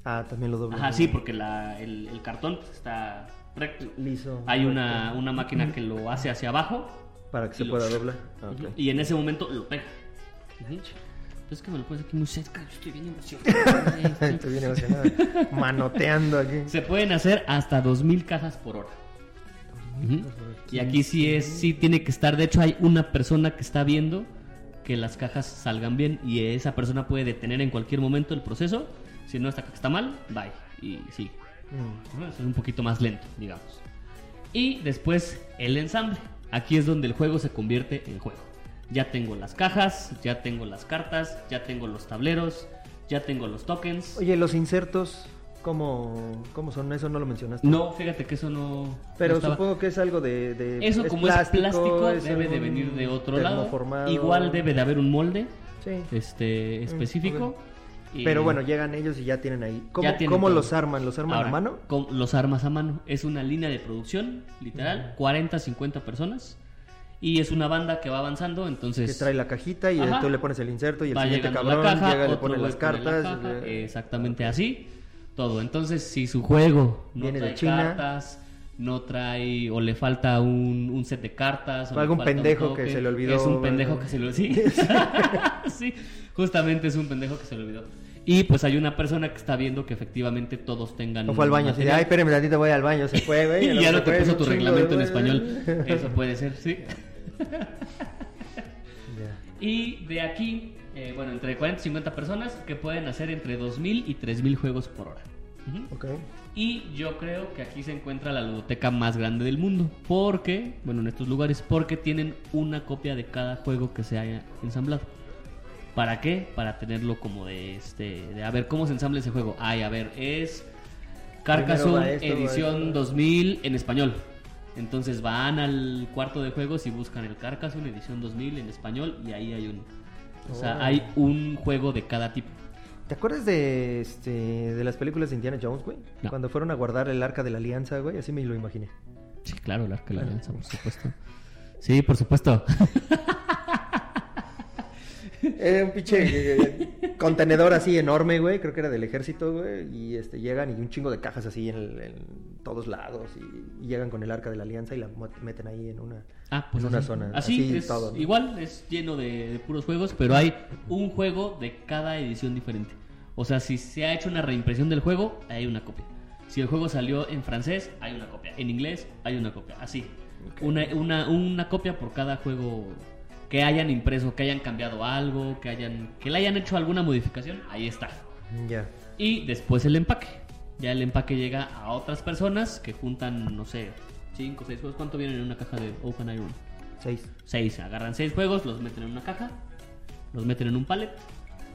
S1: Ah, también lo doble.
S2: Ajá, sí, porque la- el, el cartón pues, está recto.
S1: Liso.
S2: Hay una, una máquina que lo hace hacia abajo
S1: Para que
S2: y
S1: se
S2: lo-
S1: pueda doblar. Ah, ok.
S2: y en ese momento lo pega. Es que me lo pones aquí muy cerca, yo estoy bien
S1: Estoy bien
S2: emocionado.
S1: emocionado. Manoteando aquí.
S2: Se pueden hacer hasta 2000 cajas por hora. Ujú. Y aquí sí es, sí tiene que estar. De hecho, hay una persona que está viendo que las cajas salgan bien y esa persona puede detener en cualquier momento el proceso. Si no, esta caja está mal, bye. Y sí,
S1: Mm.
S2: ¿no? Es un poquito más lento, digamos. Y después el ensamble. Aquí es donde el juego se convierte en juego. Ya tengo las cajas, ya tengo las cartas, ya tengo los tableros, ya tengo los tokens.
S1: Oye, los insertos, ¿cómo, ¿cómo son? Eso no lo mencionaste.
S2: No, fíjate que eso no.
S1: Pero
S2: no estaba.
S1: supongo que es algo de. de-
S2: Eso como es plástico
S1: es
S2: debe de
S1: algún
S2: venir de otro lado.
S1: termoformado.
S2: Igual debe de haber un molde,
S1: Sí.
S2: este específico. y-
S1: Pero bueno, llegan ellos y ya tienen ahí. ¿Cómo,
S2: tienen
S1: cómo
S2: todo.
S1: los arman? ¿Los arman
S2: Ahora,
S1: a mano?
S2: con- los armas a mano. Es una línea de producción, literal, 40, 50 personas. Y es una banda que va avanzando, entonces...
S1: Que trae la cajita y eh,
S2: Ajá.
S1: tú le pones el inserto y el
S2: va
S1: siguiente
S2: llegando a
S1: cabrón
S2: la caja,
S1: llega, le
S2: otro
S1: pone
S2: güey
S1: las
S2: pone la
S1: cartas. eh,
S2: caja,
S1: le-
S2: exactamente así, todo. Entonces, si su juego no
S1: Viene de
S2: trae
S1: China.
S2: cartas, no trae, o le falta un, un set de cartas...
S1: O
S2: le
S1: algún
S2: falta un
S1: pendejo que
S2: token,
S1: se le olvidó,
S2: Es un pendejo
S1: ¿verdad?
S2: que se le olvidó, sí, justamente es un pendejo que se le olvidó. Y pues hay una persona que está viendo que efectivamente todos tengan...
S1: No fue al baño, así de,
S2: material.
S1: ay, espérame tantito, voy al baño, se fue, güey.
S2: Y
S1: luego
S2: ya
S1: se
S2: no te
S1: fue,
S2: puso
S1: un
S2: tu
S1: chingo de-
S2: reglamento en español. Eso puede ser, sí.
S1: Ya.
S2: Y de aquí, eh, bueno, entre 40 y 50 personas que pueden hacer entre 2.000 y 3.000 juegos por hora. Ujú.
S1: Ok.
S2: Y yo creo que aquí se encuentra la ludoteca más grande del mundo. Porque, bueno, en estos lugares, porque tienen una copia de cada juego que se haya ensamblado. ¿Para qué? Para tenerlo como de este. De, a ver, ¿cómo se ensambla ese juego? Ay, a ver, es.
S1: Primero va
S2: Carcassonne
S1: esto, va
S2: Edición
S1: esto.
S2: 2000 en español. Entonces van al cuarto de juegos y buscan el Carcassonne Edición 2000 en español y ahí hay uno. O sea,
S1: Oh.
S2: hay un juego de cada tipo.
S1: ¿Te acuerdas de, este, de las películas de Indiana Jones, güey?
S2: No.
S1: Cuando fueron a guardar el arca de la alianza, güey, así me lo imaginé.
S2: Sí, claro, el arca de la alianza, por supuesto. Sí, por supuesto.
S1: Era un pinche eh, contenedor así enorme, güey. Creo que era del ejército, güey. Y este, llegan y un chingo de cajas así en, el- en todos lados. Y, y llegan con el arca de la alianza y la mo- meten ahí en una,
S2: Ah, pues
S1: en una
S2: así.
S1: zona.
S2: Así,
S1: Así,
S2: es,
S1: todo. ¿no?
S2: igual es lleno de, de puros juegos, pero hay un juego de cada edición diferente. O sea, si se ha hecho una reimpresión del juego, hay una copia. Si el juego salió en francés, hay una copia. En inglés, hay una copia. Así.
S1: Ok.
S2: Una, una, una copia por cada juego que hayan impreso, que hayan cambiado algo, que hayan que le hayan hecho alguna modificación, ahí está.
S1: mm, Ya.
S2: Y después el empaque. Ya el empaque llega a otras personas que juntan, no sé, 5 o 6 juegos. ¿Cuánto vienen en una caja de Open Iron?
S1: Seis.
S2: 6. Agarran 6 juegos, los meten en una caja, los meten en un pallet.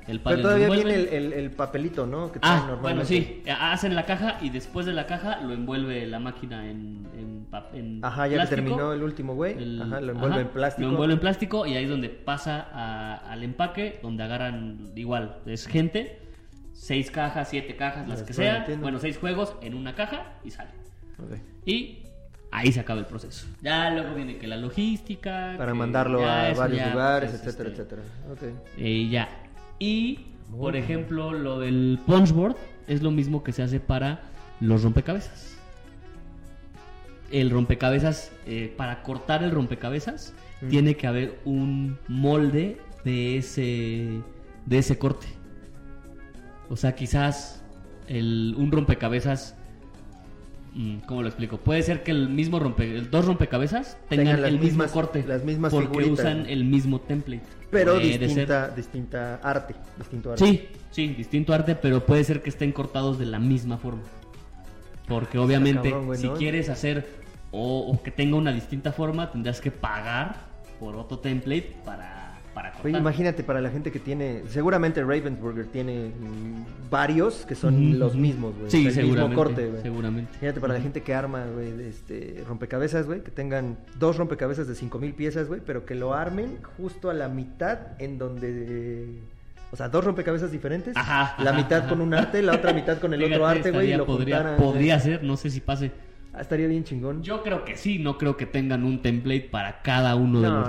S2: El
S1: Pero
S2: pallet lo
S1: todavía
S2: envuelven.
S1: viene el, el- el papelito, ¿no? Que traen
S2: Ah, bueno,
S1: normalmente.
S2: sí. Hacen la caja y después de la caja lo envuelve la máquina en, en, pap- en
S1: Ajá, ya que
S2: plástico.
S1: terminó el último, güey.
S2: El-
S1: Ajá, lo envuelve
S2: ajá,
S1: en plástico.
S2: Lo envuelve en plástico y ahí es donde pasa a- al empaque, donde agarran igual, es gente, seis cajas, siete cajas, las
S1: Las
S2: que
S1: que
S2: sean,
S1: entiendo.
S2: bueno, seis juegos en una caja y sale.
S1: Ok.
S2: Y ahí se acaba el proceso. Ya luego viene que la logística.
S1: Para
S2: que
S1: mandarlo
S2: ya
S1: a
S2: eso
S1: varios
S2: ya,
S1: lugares,
S2: pues,
S1: etcétera,
S2: este,
S1: etcétera. Ok.
S2: eh, ya. Y,
S1: Muy
S2: por
S1: bien.
S2: ejemplo, lo del punchboard es lo mismo que se hace para los rompecabezas. El rompecabezas, eh, para cortar el rompecabezas,
S1: Mm.
S2: tiene que haber un molde de ese, de ese corte. O sea, quizás el, un rompecabezas. mm, ¿Cómo lo explico? Puede ser que el mismo rompe, el- dos rompecabezas tengan,
S1: Tengan las
S2: el mismo
S1: mismas-
S2: corte.
S1: las mismas
S2: porque
S1: figuritas.
S2: usan el mismo template.
S1: Pero
S2: Puede ser.
S1: distinta, distinta arte. Distinto arte.
S2: Sí, sí, distinto arte, pero puede ser que estén cortados de la misma forma. Porque obviamente,
S1: cabrón, güey,
S2: si
S1: ¿no?
S2: quieres hacer o, o que tenga una distinta forma, tendrás que pagar por otro template para, para
S1: Oye,
S2: cortar.
S1: imagínate para la gente que tiene, seguramente Ravensburger tiene mm, varios que son
S2: Ujú,
S1: los
S2: ujú.
S1: mismos, güey.
S2: Sí,
S1: o sea, el
S2: seguramente.
S1: mismo corte, güey.
S2: seguramente.
S1: Imagínate para la gente que arma, güey, de este, rompecabezas, güey, que tengan dos rompecabezas de 5000 piezas, güey, pero que lo armen justo a la mitad en donde o sea, dos rompecabezas diferentes,
S2: Ajá,
S1: la
S2: ajá,
S1: mitad
S2: ajá.
S1: con un arte, la otra mitad con el
S2: Fíjate,
S1: otro arte, güey, y
S2: estaría-
S1: lo
S2: podría,
S1: juntaran,
S2: podría ser, no sé si pase.
S1: güey. Ah, estaría bien chingón.
S2: Yo creo que sí, no creo que tengan un template para cada uno de los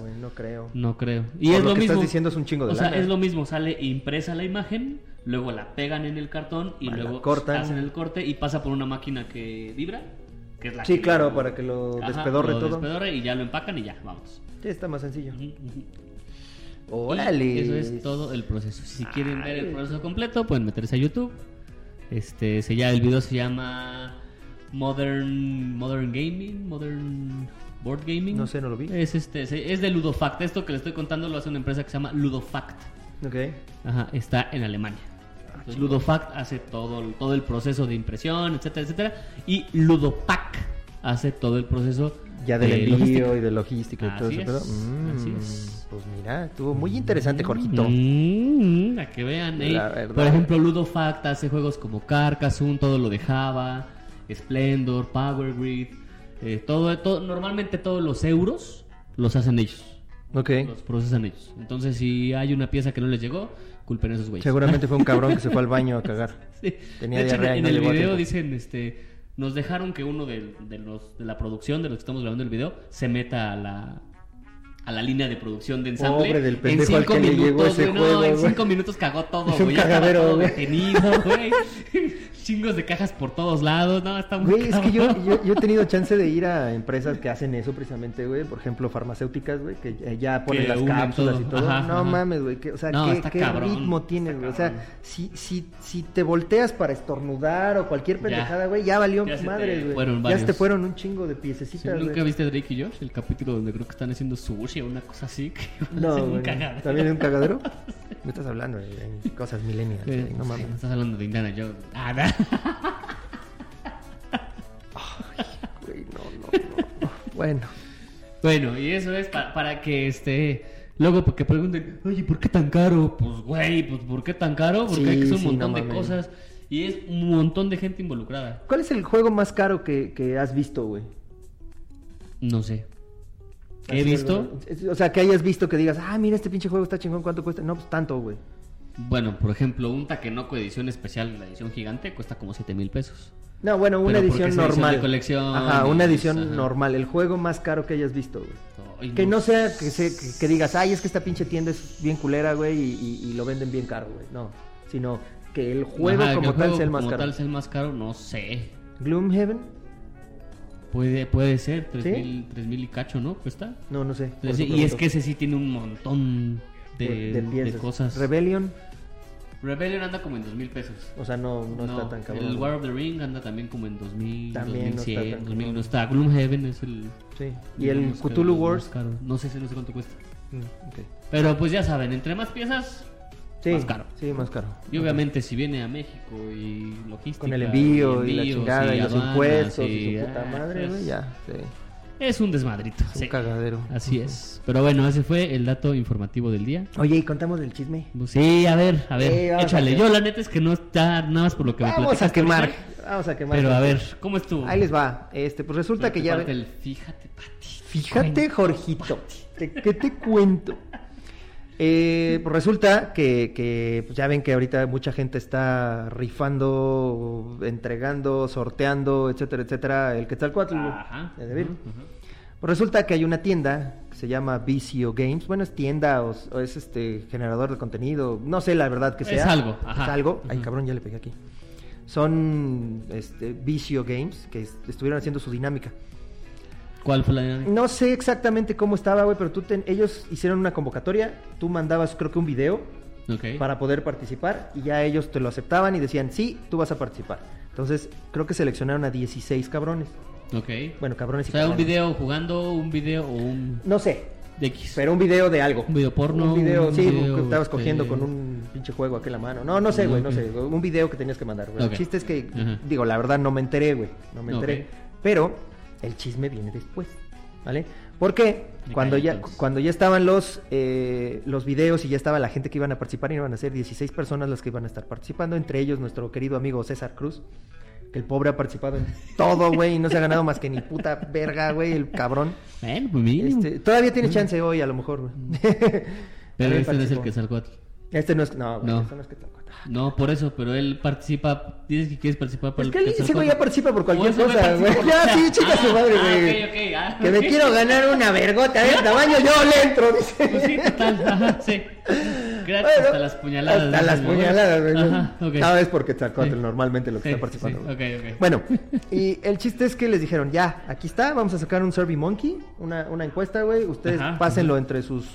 S1: No creo, güey, no creo.
S2: No creo. Y
S1: Por
S2: es
S1: lo
S2: lo,
S1: que
S2: mismo.
S1: estás diciendo es un chingo de
S2: O sea,
S1: lana.
S2: es lo mismo. Sale impresa la imagen, luego la pegan en el cartón y
S1: Ah, la
S2: luego
S1: cortan.
S2: hacen el corte y pasa por una máquina que vibra. Que es la
S1: Sí,
S2: que
S1: claro, para que lo
S2: Ajá,
S1: despedorre
S2: lo
S1: todo.
S2: despedorre y ya lo empacan y ya, vamos.
S1: Sí, está más sencillo.
S2: Ujú, ujú.
S1: Órale.
S2: Y Eso es todo el proceso. Si quieren ver el
S1: Ay.
S2: proceso completo, pueden meterse a YouTube. Este, se llama- el video se llama Modern Modern Gaming, Modern Board Gaming.
S1: No sé, no lo vi.
S2: Es este, se- es de Ludofact. Esto que le estoy contando lo hace una empresa que se llama Ludofact.
S1: Ok.
S2: Ajá, está en Alemania.
S1: Ah,
S2: Entonces, Ludofact hace todo, el- todo el proceso de impresión, etcétera, etcétera. Y Ludopack hace todo el proceso
S1: Ya del
S2: de
S1: envío
S2: logística.
S1: y de logística y todo
S2: Así
S1: eso. pero,
S2: es,
S1: mm,
S2: así es.
S1: Pues mira, estuvo muy interesante, Jorgito.
S2: Mm, a que vean, ¿eh?
S1: La verdad.
S2: Por ejemplo, Ludo Fact hace juegos como Carcassonne, todo lo de Java, Splendor, Power Grid. eh, todo, todo, normalmente todos los euros los hacen ellos,
S1: Ok.
S2: los procesan ellos. Entonces, si hay una pieza que no les llegó, culpen a esos güeyes.
S1: Seguramente fue un cabrón que se fue al baño a cagar.
S2: Sí.
S1: Tenía
S2: de hecho,
S1: diarrea y
S2: en
S1: no
S2: el
S1: llegó a
S2: video
S1: tiempo.
S2: dicen, este, nos dejaron que uno de, de los, de la producción, de los que estamos grabando el video, se meta a la, a la línea de producción de ensamble.
S1: Pobre del
S2: en
S1: pendejo
S2: cinco
S1: al que le
S2: minutos,
S1: llegó ese
S2: güey, no,
S1: juego,
S2: en
S1: güey.
S2: cinco minutos cagó todo,
S1: Es un
S2: güey. ya estaba
S1: cagadero,
S2: todo
S1: güey.
S2: detenido, güey. Chingos de cajas por todos lados. No, está muy
S1: Güey, es que yo,
S2: cabrón.
S1: yo, yo he tenido chance de ir a empresas que hacen eso precisamente, güey. Por ejemplo, farmacéuticas, güey, que ya- ya ponen
S2: Que
S1: las
S2: unen
S1: cápsulas y
S2: todo.
S1: todo.
S2: Ajá,
S1: no
S2: ajá.
S1: mames, güey. que- O sea,
S2: No,
S1: ¿qué,
S2: está
S1: qué
S2: cabrón,
S1: ritmo
S2: está
S1: tienes, güey? O
S2: cabrón.
S1: sea, si, si, si te volteas para estornudar o cualquier
S2: Ya.
S1: pendejada, güey, ya valió
S2: Ya se te
S1: madre, güey.
S2: fueron
S1: Ya se te
S2: varios.
S1: fueron un chingo de
S2: Sí,
S1: piececitas,
S2: ¿Nunca
S1: güey.
S2: viste Drake y Josh? El capítulo donde creo que están haciendo sushi o una cosa así. Que hacen
S1: No,
S2: un
S1: güey.
S2: cagadero.
S1: ¿También es un cagadero? Me estás hablando de de cosas millennials, güey, No mames.
S2: Estás hablando de Indiana Jones. Ah, no.
S1: Güey, no, no, no, no. Bueno.
S2: Bueno, y eso es pa- para que este. Luego porque pregunten, oye, ¿por qué tan caro? Pues, güey, pues, ¿por qué tan caro? Porque
S1: Sí,
S2: hay que hacer un
S1: sí,
S2: montón
S1: no
S2: de
S1: mames.
S2: cosas y es un montón de gente involucrada.
S1: ¿Cuál es el juego más caro que, que has visto, güey?
S2: No sé. ¿Qué he
S1: Así,
S2: visto?
S1: güey. O sea, que hayas visto que digas, ah, mira, este pinche juego está chingón, ¿cuánto cuesta? No, pues tanto, güey.
S2: Bueno, por ejemplo, un Takenoko edición especial, la edición gigante, cuesta como 7 mil pesos.
S1: No, bueno, una
S2: Pero porque
S1: edición
S2: es edición
S1: normal.
S2: de colección
S1: Ajá,
S2: y
S1: una
S2: es,
S1: edición
S2: ajá.
S1: normal. El juego más caro que hayas visto, güey.
S2: Ay,
S1: Que no sea que, se- que, que digas, ay, es que esta pinche tienda es bien culera, güey, y, y- y lo venden bien caro, güey. No, sino que el juego
S2: Ajá, que
S1: como
S2: el
S1: tal
S2: juego
S1: sea el más
S2: como
S1: caro.
S2: tal sea el más caro, no sé.
S1: Gloomhaven?
S2: Puede, puede ser,
S1: ¿Sí?
S2: 3000 3000 y cacho, ¿no? Cuesta.
S1: No, no sé. por
S2: Entonces,
S1: eso
S2: y es
S1: pregunto.
S2: que ese sí tiene un montón de,
S1: de
S2: de
S1: piezas.
S2: cosas.
S1: Rebellion,
S2: Rebellion anda como en 2000 pesos.
S1: o sea, no, no, está tan cabrón.
S2: El
S1: güey.
S2: War of the Ring anda también como en 2000,
S1: También no está
S2: 2100,
S1: tan cabrón.
S2: 2000. No está. Gloomhaven es el.
S1: Sí. Y el
S2: digamos que
S1: Cthulhu
S2: el más
S1: Wars.
S2: caro. No sé, no sé cuánto cuesta.
S1: Mm, ok.
S2: Pero pues ya saben, entre más piezas.
S1: Sí,
S2: Más caro.
S1: Sí, más caro.
S2: Y obviamente si viene a México y logística.
S1: Con el envío y, la
S2: envíos,
S1: chingada y, los
S2: aduanas,
S1: impuestos y
S2: y-
S1: su puta
S2: ah,
S1: madre,
S2: es-
S1: güey, ya. Sí.
S2: Es un desmadrito.
S1: Es un
S2: sí.
S1: cagadero.
S2: Así es. Pero bueno, ese fue el dato informativo del día.
S1: Oye, y contamos del chisme.
S2: Pues Sí, a ver, a ver,
S1: Sí, vamos
S2: échale.
S1: a-
S2: Yo la neta es que no está nada más por lo que me
S1: Vamos a
S2: platicaste
S1: quemar.
S2: ahorita,
S1: Vamos a quemar.
S2: Pero a ver, ¿cómo estuvo?
S1: Ahí les va. Este, pues resulta
S2: Pero
S1: que
S2: te
S1: ya.
S2: falta el fíjate, Pati.
S1: Fíjate, Jorgito. ¿te- ¿Qué te cuento? Eh, pues resulta que, que, pues ya ven que ahorita mucha gente está rifando, entregando, sorteando, etcétera, etcétera, el Quetzalcoatl. güey,
S2: Ajá.
S1: de David.
S2: Ujú, ujú.
S1: Pues resulta que hay una tienda que se llama VCO Games. Bueno, es tienda o, o es este generador de contenido. No sé la verdad que
S2: Es
S1: sea.
S2: algo, ajá.
S1: Es algo. Ay,
S2: Ujú.
S1: cabrón, ya le pegué aquí. Son este, VCO Games que est- estuvieron haciendo su dinámica.
S2: ¿Cuál fue la dinámica?
S1: No sé exactamente cómo estaba, güey, pero tú ten- ellos hicieron una convocatoria. Tú mandabas, creo que un video
S2: Ok.
S1: para poder participar y ya ellos te lo aceptaban y decían, sí, tú vas a participar. Entonces, creo que seleccionaron a 16 cabrones.
S2: Ok.
S1: Bueno, cabrones
S2: o
S1: y
S2: sea, un
S1: cabronas.
S2: video jugando, un video o un
S1: No sé,
S2: de X.
S1: pero un video de algo.
S2: Un video porno,
S1: Un video,
S2: un
S1: sí,
S2: video,
S1: que estabas
S2: este-
S1: cogiendo con un pinche juego aquí en la mano. No, no sé, güey, no sé. Un video que tenías que mandar, güey.
S2: Ok.
S1: El chiste es que,
S2: Ajá.
S1: digo, la verdad no me enteré, güey. No me
S2: Ok.
S1: enteré. Pero el chisme viene después, ¿vale? Porque
S2: Me
S1: cuando
S2: callo,
S1: ya,
S2: entonces.
S1: cuando ya estaban los, eh, los videos y ya estaba la gente que iban a participar, iban a ser 16 personas las que iban a estar participando, entre ellos nuestro querido amigo César Cruz. Que el pobre ha participado en todo, güey, y no se ha ganado más que ni puta verga, güey, el cabrón.
S2: Bueno, pues mínimo.
S1: Este, todavía tiene chance hoy, a lo mejor. güey.
S2: Mm.
S1: También
S2: Pero este no es el
S1: participó.
S2: que salgo a ti.
S1: Este no es. No, güey,
S2: No.
S1: este no es que tal cual.
S2: No, por eso, pero él participa. Dices que quieres participar por
S1: Es
S2: el
S1: que él- ese güey ya participa por cualquier
S2: Oh, ese güey
S1: cosa, güey.
S2: participa por-
S1: Ya, sí, chica su madre,
S2: Ah,
S1: güey.
S2: ok, ok, ah,
S1: Que me
S2: ok.
S1: quiero ganar una vergota de tamaño, yo le entro, dice.
S2: Pues sí, total. Ajá, sí. Gracias
S1: Bueno,
S2: hasta las puñaladas.
S1: Hasta
S2: dicen,
S1: las
S2: ¿no?
S1: puñaladas, güey.
S2: Ajá, ok.
S1: No, Ah, es porque Tlacuatl
S2: Sí.
S1: normalmente lo que
S2: Sí,
S1: está participando.
S2: sí,
S1: güey.
S2: sí, ok, ok.
S1: Bueno, y el chiste es que les dijeron, ya, aquí está, vamos a sacar un Survey Monkey, una, una encuesta, güey. Ustedes
S2: Ajá,
S1: pásenlo entre sus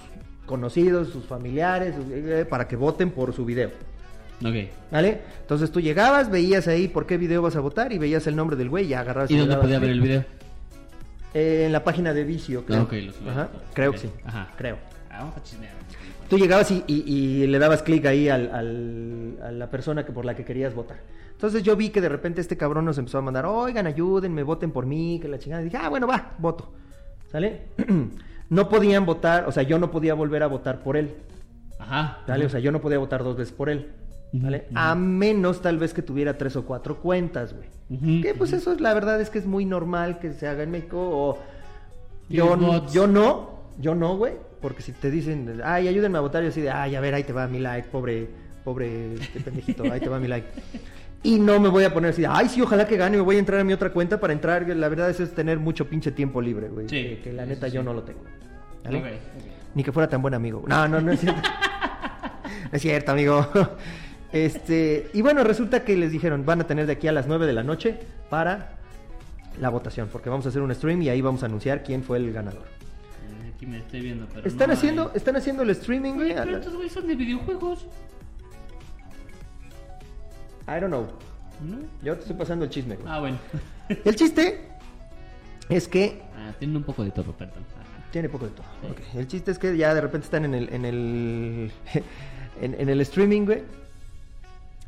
S1: conocidos, sus familiares, sus- eh, para que voten por su video.
S2: Ok.
S1: ¿Vale? Entonces tú llegabas, veías ahí por qué video vas a votar y veías el nombre del güey y agarrabas
S2: ¿Y
S1: le
S2: dónde
S1: dabas
S2: podía ver
S1: clic.
S2: el video?
S1: Eh, en la página de Vicio, creo.
S2: Ah, ok, lo subí.
S1: Ajá, creo que
S2: Ok,
S1: sí.
S2: ajá.
S1: Creo.
S2: Ah, vamos a chismear.
S1: Tú llegabas y, y- y le dabas clic ahí al, al- a la persona que por la que querías votar. Entonces yo vi que de repente este cabrón nos empezó a mandar, oigan, ayúdenme, voten por mí, que la chingada. Y dije, ah, bueno, va, voto. ¿Sale? no podían votar, o sea, yo no podía volver a votar por él.
S2: Ajá.
S1: ¿Vale? O sea, yo no podía votar dos veces por él. ¿Vale?
S2: Ujú,
S1: A menos tal vez que tuviera tres o cuatro cuentas, güey.
S2: Ujú,
S1: Que pues
S2: ujú.
S1: eso es, la verdad es que es muy normal que se haga en México. O
S2: Y
S1: yo,
S2: bots.
S1: yo no, yo no, güey. Porque si te dicen, ay, ayúdenme a votar, yo así de, ay, a ver, ahí te va mi like, pobre, pobre este pendejito, ahí te va mi like. Y no me voy a poner así, de, ay, sí, ojalá que gane, me voy a entrar a mi otra cuenta para entrar. La verdad es, es tener mucho pinche tiempo libre, güey.
S2: Sí,
S1: que, que la
S2: eso
S1: neta yo
S2: sí.
S1: no lo tengo. ¿Vale?
S2: Ok, Eh, ok.
S1: Ni que fuera tan buen amigo. No, no, no es cierto. no es cierto, amigo. Este, y bueno, resulta que les dijeron, van a tener de aquí a las 9 de la noche para la votación, porque vamos a hacer un stream y ahí vamos a anunciar quién fue el ganador.
S2: Aquí me estoy viendo, pero.
S1: ¿Están
S2: no
S1: haciendo
S2: hay.
S1: están haciendo el streaming, güey?
S2: Pero estos güeyes son de videojuegos.
S1: I don't know.
S2: ¿No?
S1: Yo te estoy pasando el chisme, güey.
S2: Ah, bueno.
S1: El chiste es que
S2: Ah, tienen un poco de todo, perdón. Ajá.
S1: Tiene poco de todo.
S2: Sí.
S1: ok. El chiste es que ya de repente están en el, en el, en, en el streaming, güey.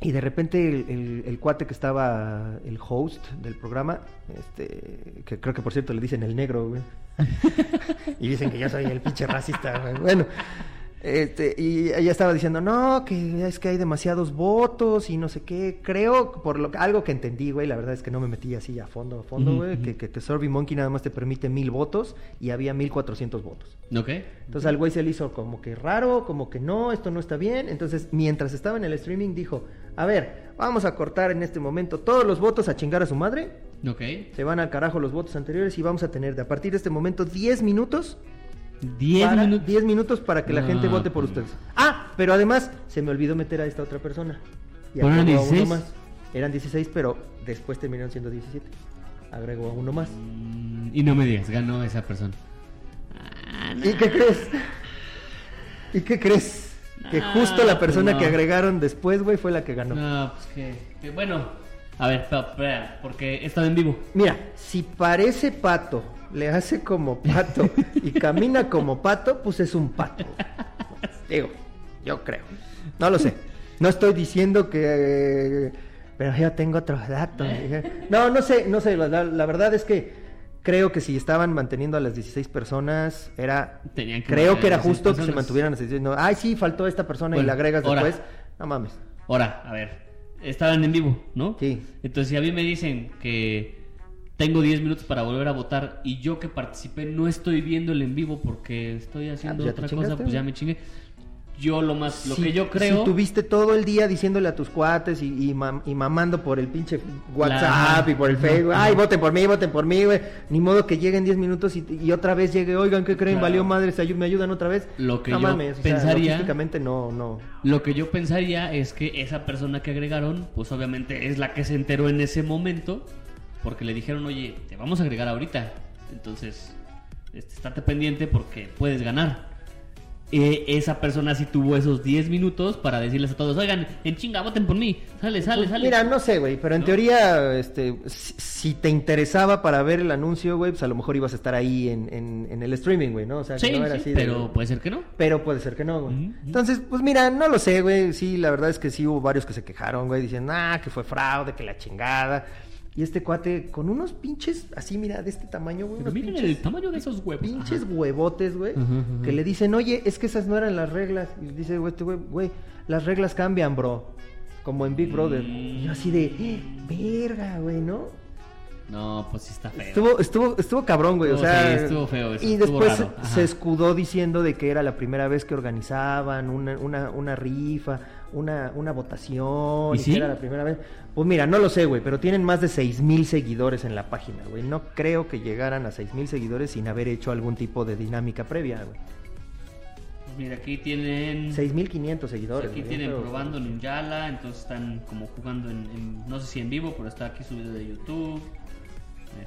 S1: Y de repente el, el- el cuate que estaba, el host del programa, este, que creo que por cierto le dicen el negro, güey. y dicen que yo soy el pinche racista, güey. Bueno, Este, y ella estaba diciendo, no, que es que hay demasiados votos y no sé qué. Creo, por lo, algo que entendí, güey, la verdad es que no me metí así a fondo, a fondo,
S2: Ujú,
S1: güey,
S2: ujú.
S1: que, que, que Survey Monkey nada más te permite mil votos y había 1400 votos.
S2: ¿Ok?
S1: Entonces al güey se le hizo como que raro, como que no, esto no está bien. Entonces, mientras estaba en el streaming, dijo, a ver, vamos a cortar en este momento todos los votos a chingar a su madre.
S2: ¿Ok?
S1: Se van al carajo los votos anteriores y vamos a tener de a partir de este momento 10 minutos
S2: 10
S1: para-
S2: minutos.
S1: 10 minutos para que la
S2: No,
S1: gente vote por
S2: pues.
S1: ustedes. Ah, pero además se me olvidó meter a esta otra persona. Y
S2: ¿Pero eran
S1: agregó a
S2: 16?
S1: uno más. Eran 16, pero después terminaron siendo 17. Agregó a uno más.
S2: Mm, Y no me digas, ganó esa persona.
S1: ¿Y qué crees? ¿Y qué crees? Que
S2: No,
S1: justo la
S2: pues
S1: persona
S2: no.
S1: que agregaron después, güey, fue la que ganó.
S2: No, pues que, que bueno. A ver, espera, espera, porque he estado en vivo.
S1: Mira, si parece pato, le hace como pato y camina como pato, pues es un pato. Digo, yo creo. No lo sé. No estoy diciendo que... Pero yo tengo otros datos. No, no sé, no sé. La, la- la verdad es que creo que si estaban manteniendo a las 16 personas, era...
S2: Tenían que
S1: creo
S2: mantener
S1: que era
S2: a 16
S1: justo que se
S2: personas.
S1: mantuvieran las 16. No, ay, sí, faltó esta persona y
S2: Bueno,
S1: la agregas
S2: ahora.
S1: después. No mames.
S2: Ahora, a ver, estaban en vivo, ¿no?
S1: Sí.
S2: Entonces, si a mí me dicen que tengo 10 minutos para volver a votar y yo que participé no estoy viendo el en vivo porque estoy haciendo
S1: Ah, ya te
S2: otra cosa,
S1: chingaste.
S2: pues ya me chingué. Yo lo más, lo
S1: Si-
S2: que yo creo...
S1: Si tuviste todo el día diciéndole a tus cuates y, y mam- y mamando por el pinche WhatsApp
S2: La-
S1: y por el
S2: no,
S1: Facebook.
S2: no.
S1: Ay, voten por mí, voten por mí, güey. Ni modo que lleguen 10 minutos y, y otra vez llegue. Oigan, ¿qué creen?
S2: Claro.
S1: Valió madre, se ayu- me ayudan otra vez.
S2: Lo que
S1: no
S2: yo
S1: mames, o sea,
S2: pensaría-
S1: logísticamente no, no.
S2: Lo que yo pensaría es que esa persona que agregaron, pues obviamente es la que se enteró en ese momento, porque le dijeron, oye, te vamos a agregar ahorita. Entonces, este, estate pendiente porque puedes ganar. Eh, esa persona sí tuvo esos 10 minutos para decirles a todos, oigan, en chinga, voten por mí. Sale, sale, sale.
S1: Pues, Mira, no sé, güey, pero en
S2: ¿No?
S1: teoría, este, si, si te interesaba para ver el anuncio, güey, pues a lo mejor ibas a estar ahí en, en- en el streaming, güey, ¿no? O sea, que
S2: sí,
S1: no era
S2: sí,
S1: así de-
S2: pero puede ser que no.
S1: Pero puede ser que no, güey.
S2: Ujú.
S1: Entonces, pues mira, no lo sé, güey. Sí, la verdad es que sí hubo varios que se quejaron, güey, diciendo, ah, que fue fraude, que la chingada. Y este cuate con unos pinches, así, mira, de este tamaño, güey.
S2: Pero
S1: unos
S2: miren el
S1: pinches,
S2: tamaño de esos huevos.
S1: pinches
S2: Ajá.
S1: huevotes, güey,
S2: Ajá, ajá.
S1: que le dicen, oye, es que esas no eran las reglas. Y dice, güey, este güey, güey, las reglas cambian, bro. Como en Big Brother. Y yo así de, "Eh, verga, güey, ¿no?
S2: No, pues sí está feo.
S1: Estuvo, estuvo, estuvo cabrón, güey.
S2: Estuvo,
S1: o sea,
S2: sí, estuvo feo eso,
S1: Y
S2: estuvo
S1: después
S2: raro, ajá.
S1: se escudó diciendo de que era la primera vez que organizaban una, una, una rifa, una, una votación,
S2: ¿Y
S1: y
S2: sí?
S1: que era la primera vez. Pues mira, no lo sé, güey, pero tienen más de seis mil seguidores en la página, güey. No creo que llegaran a seis mil seguidores sin haber hecho algún tipo de dinámica previa, güey.
S2: Pues mira, aquí tienen...
S1: 6500 seguidores.
S2: Pues Aquí
S1: güey, ¿eh?
S2: tienen
S1: pero- pues
S2: probando en Yala, entonces están como jugando en, en- no sé si en vivo, pero está aquí subido de YouTube.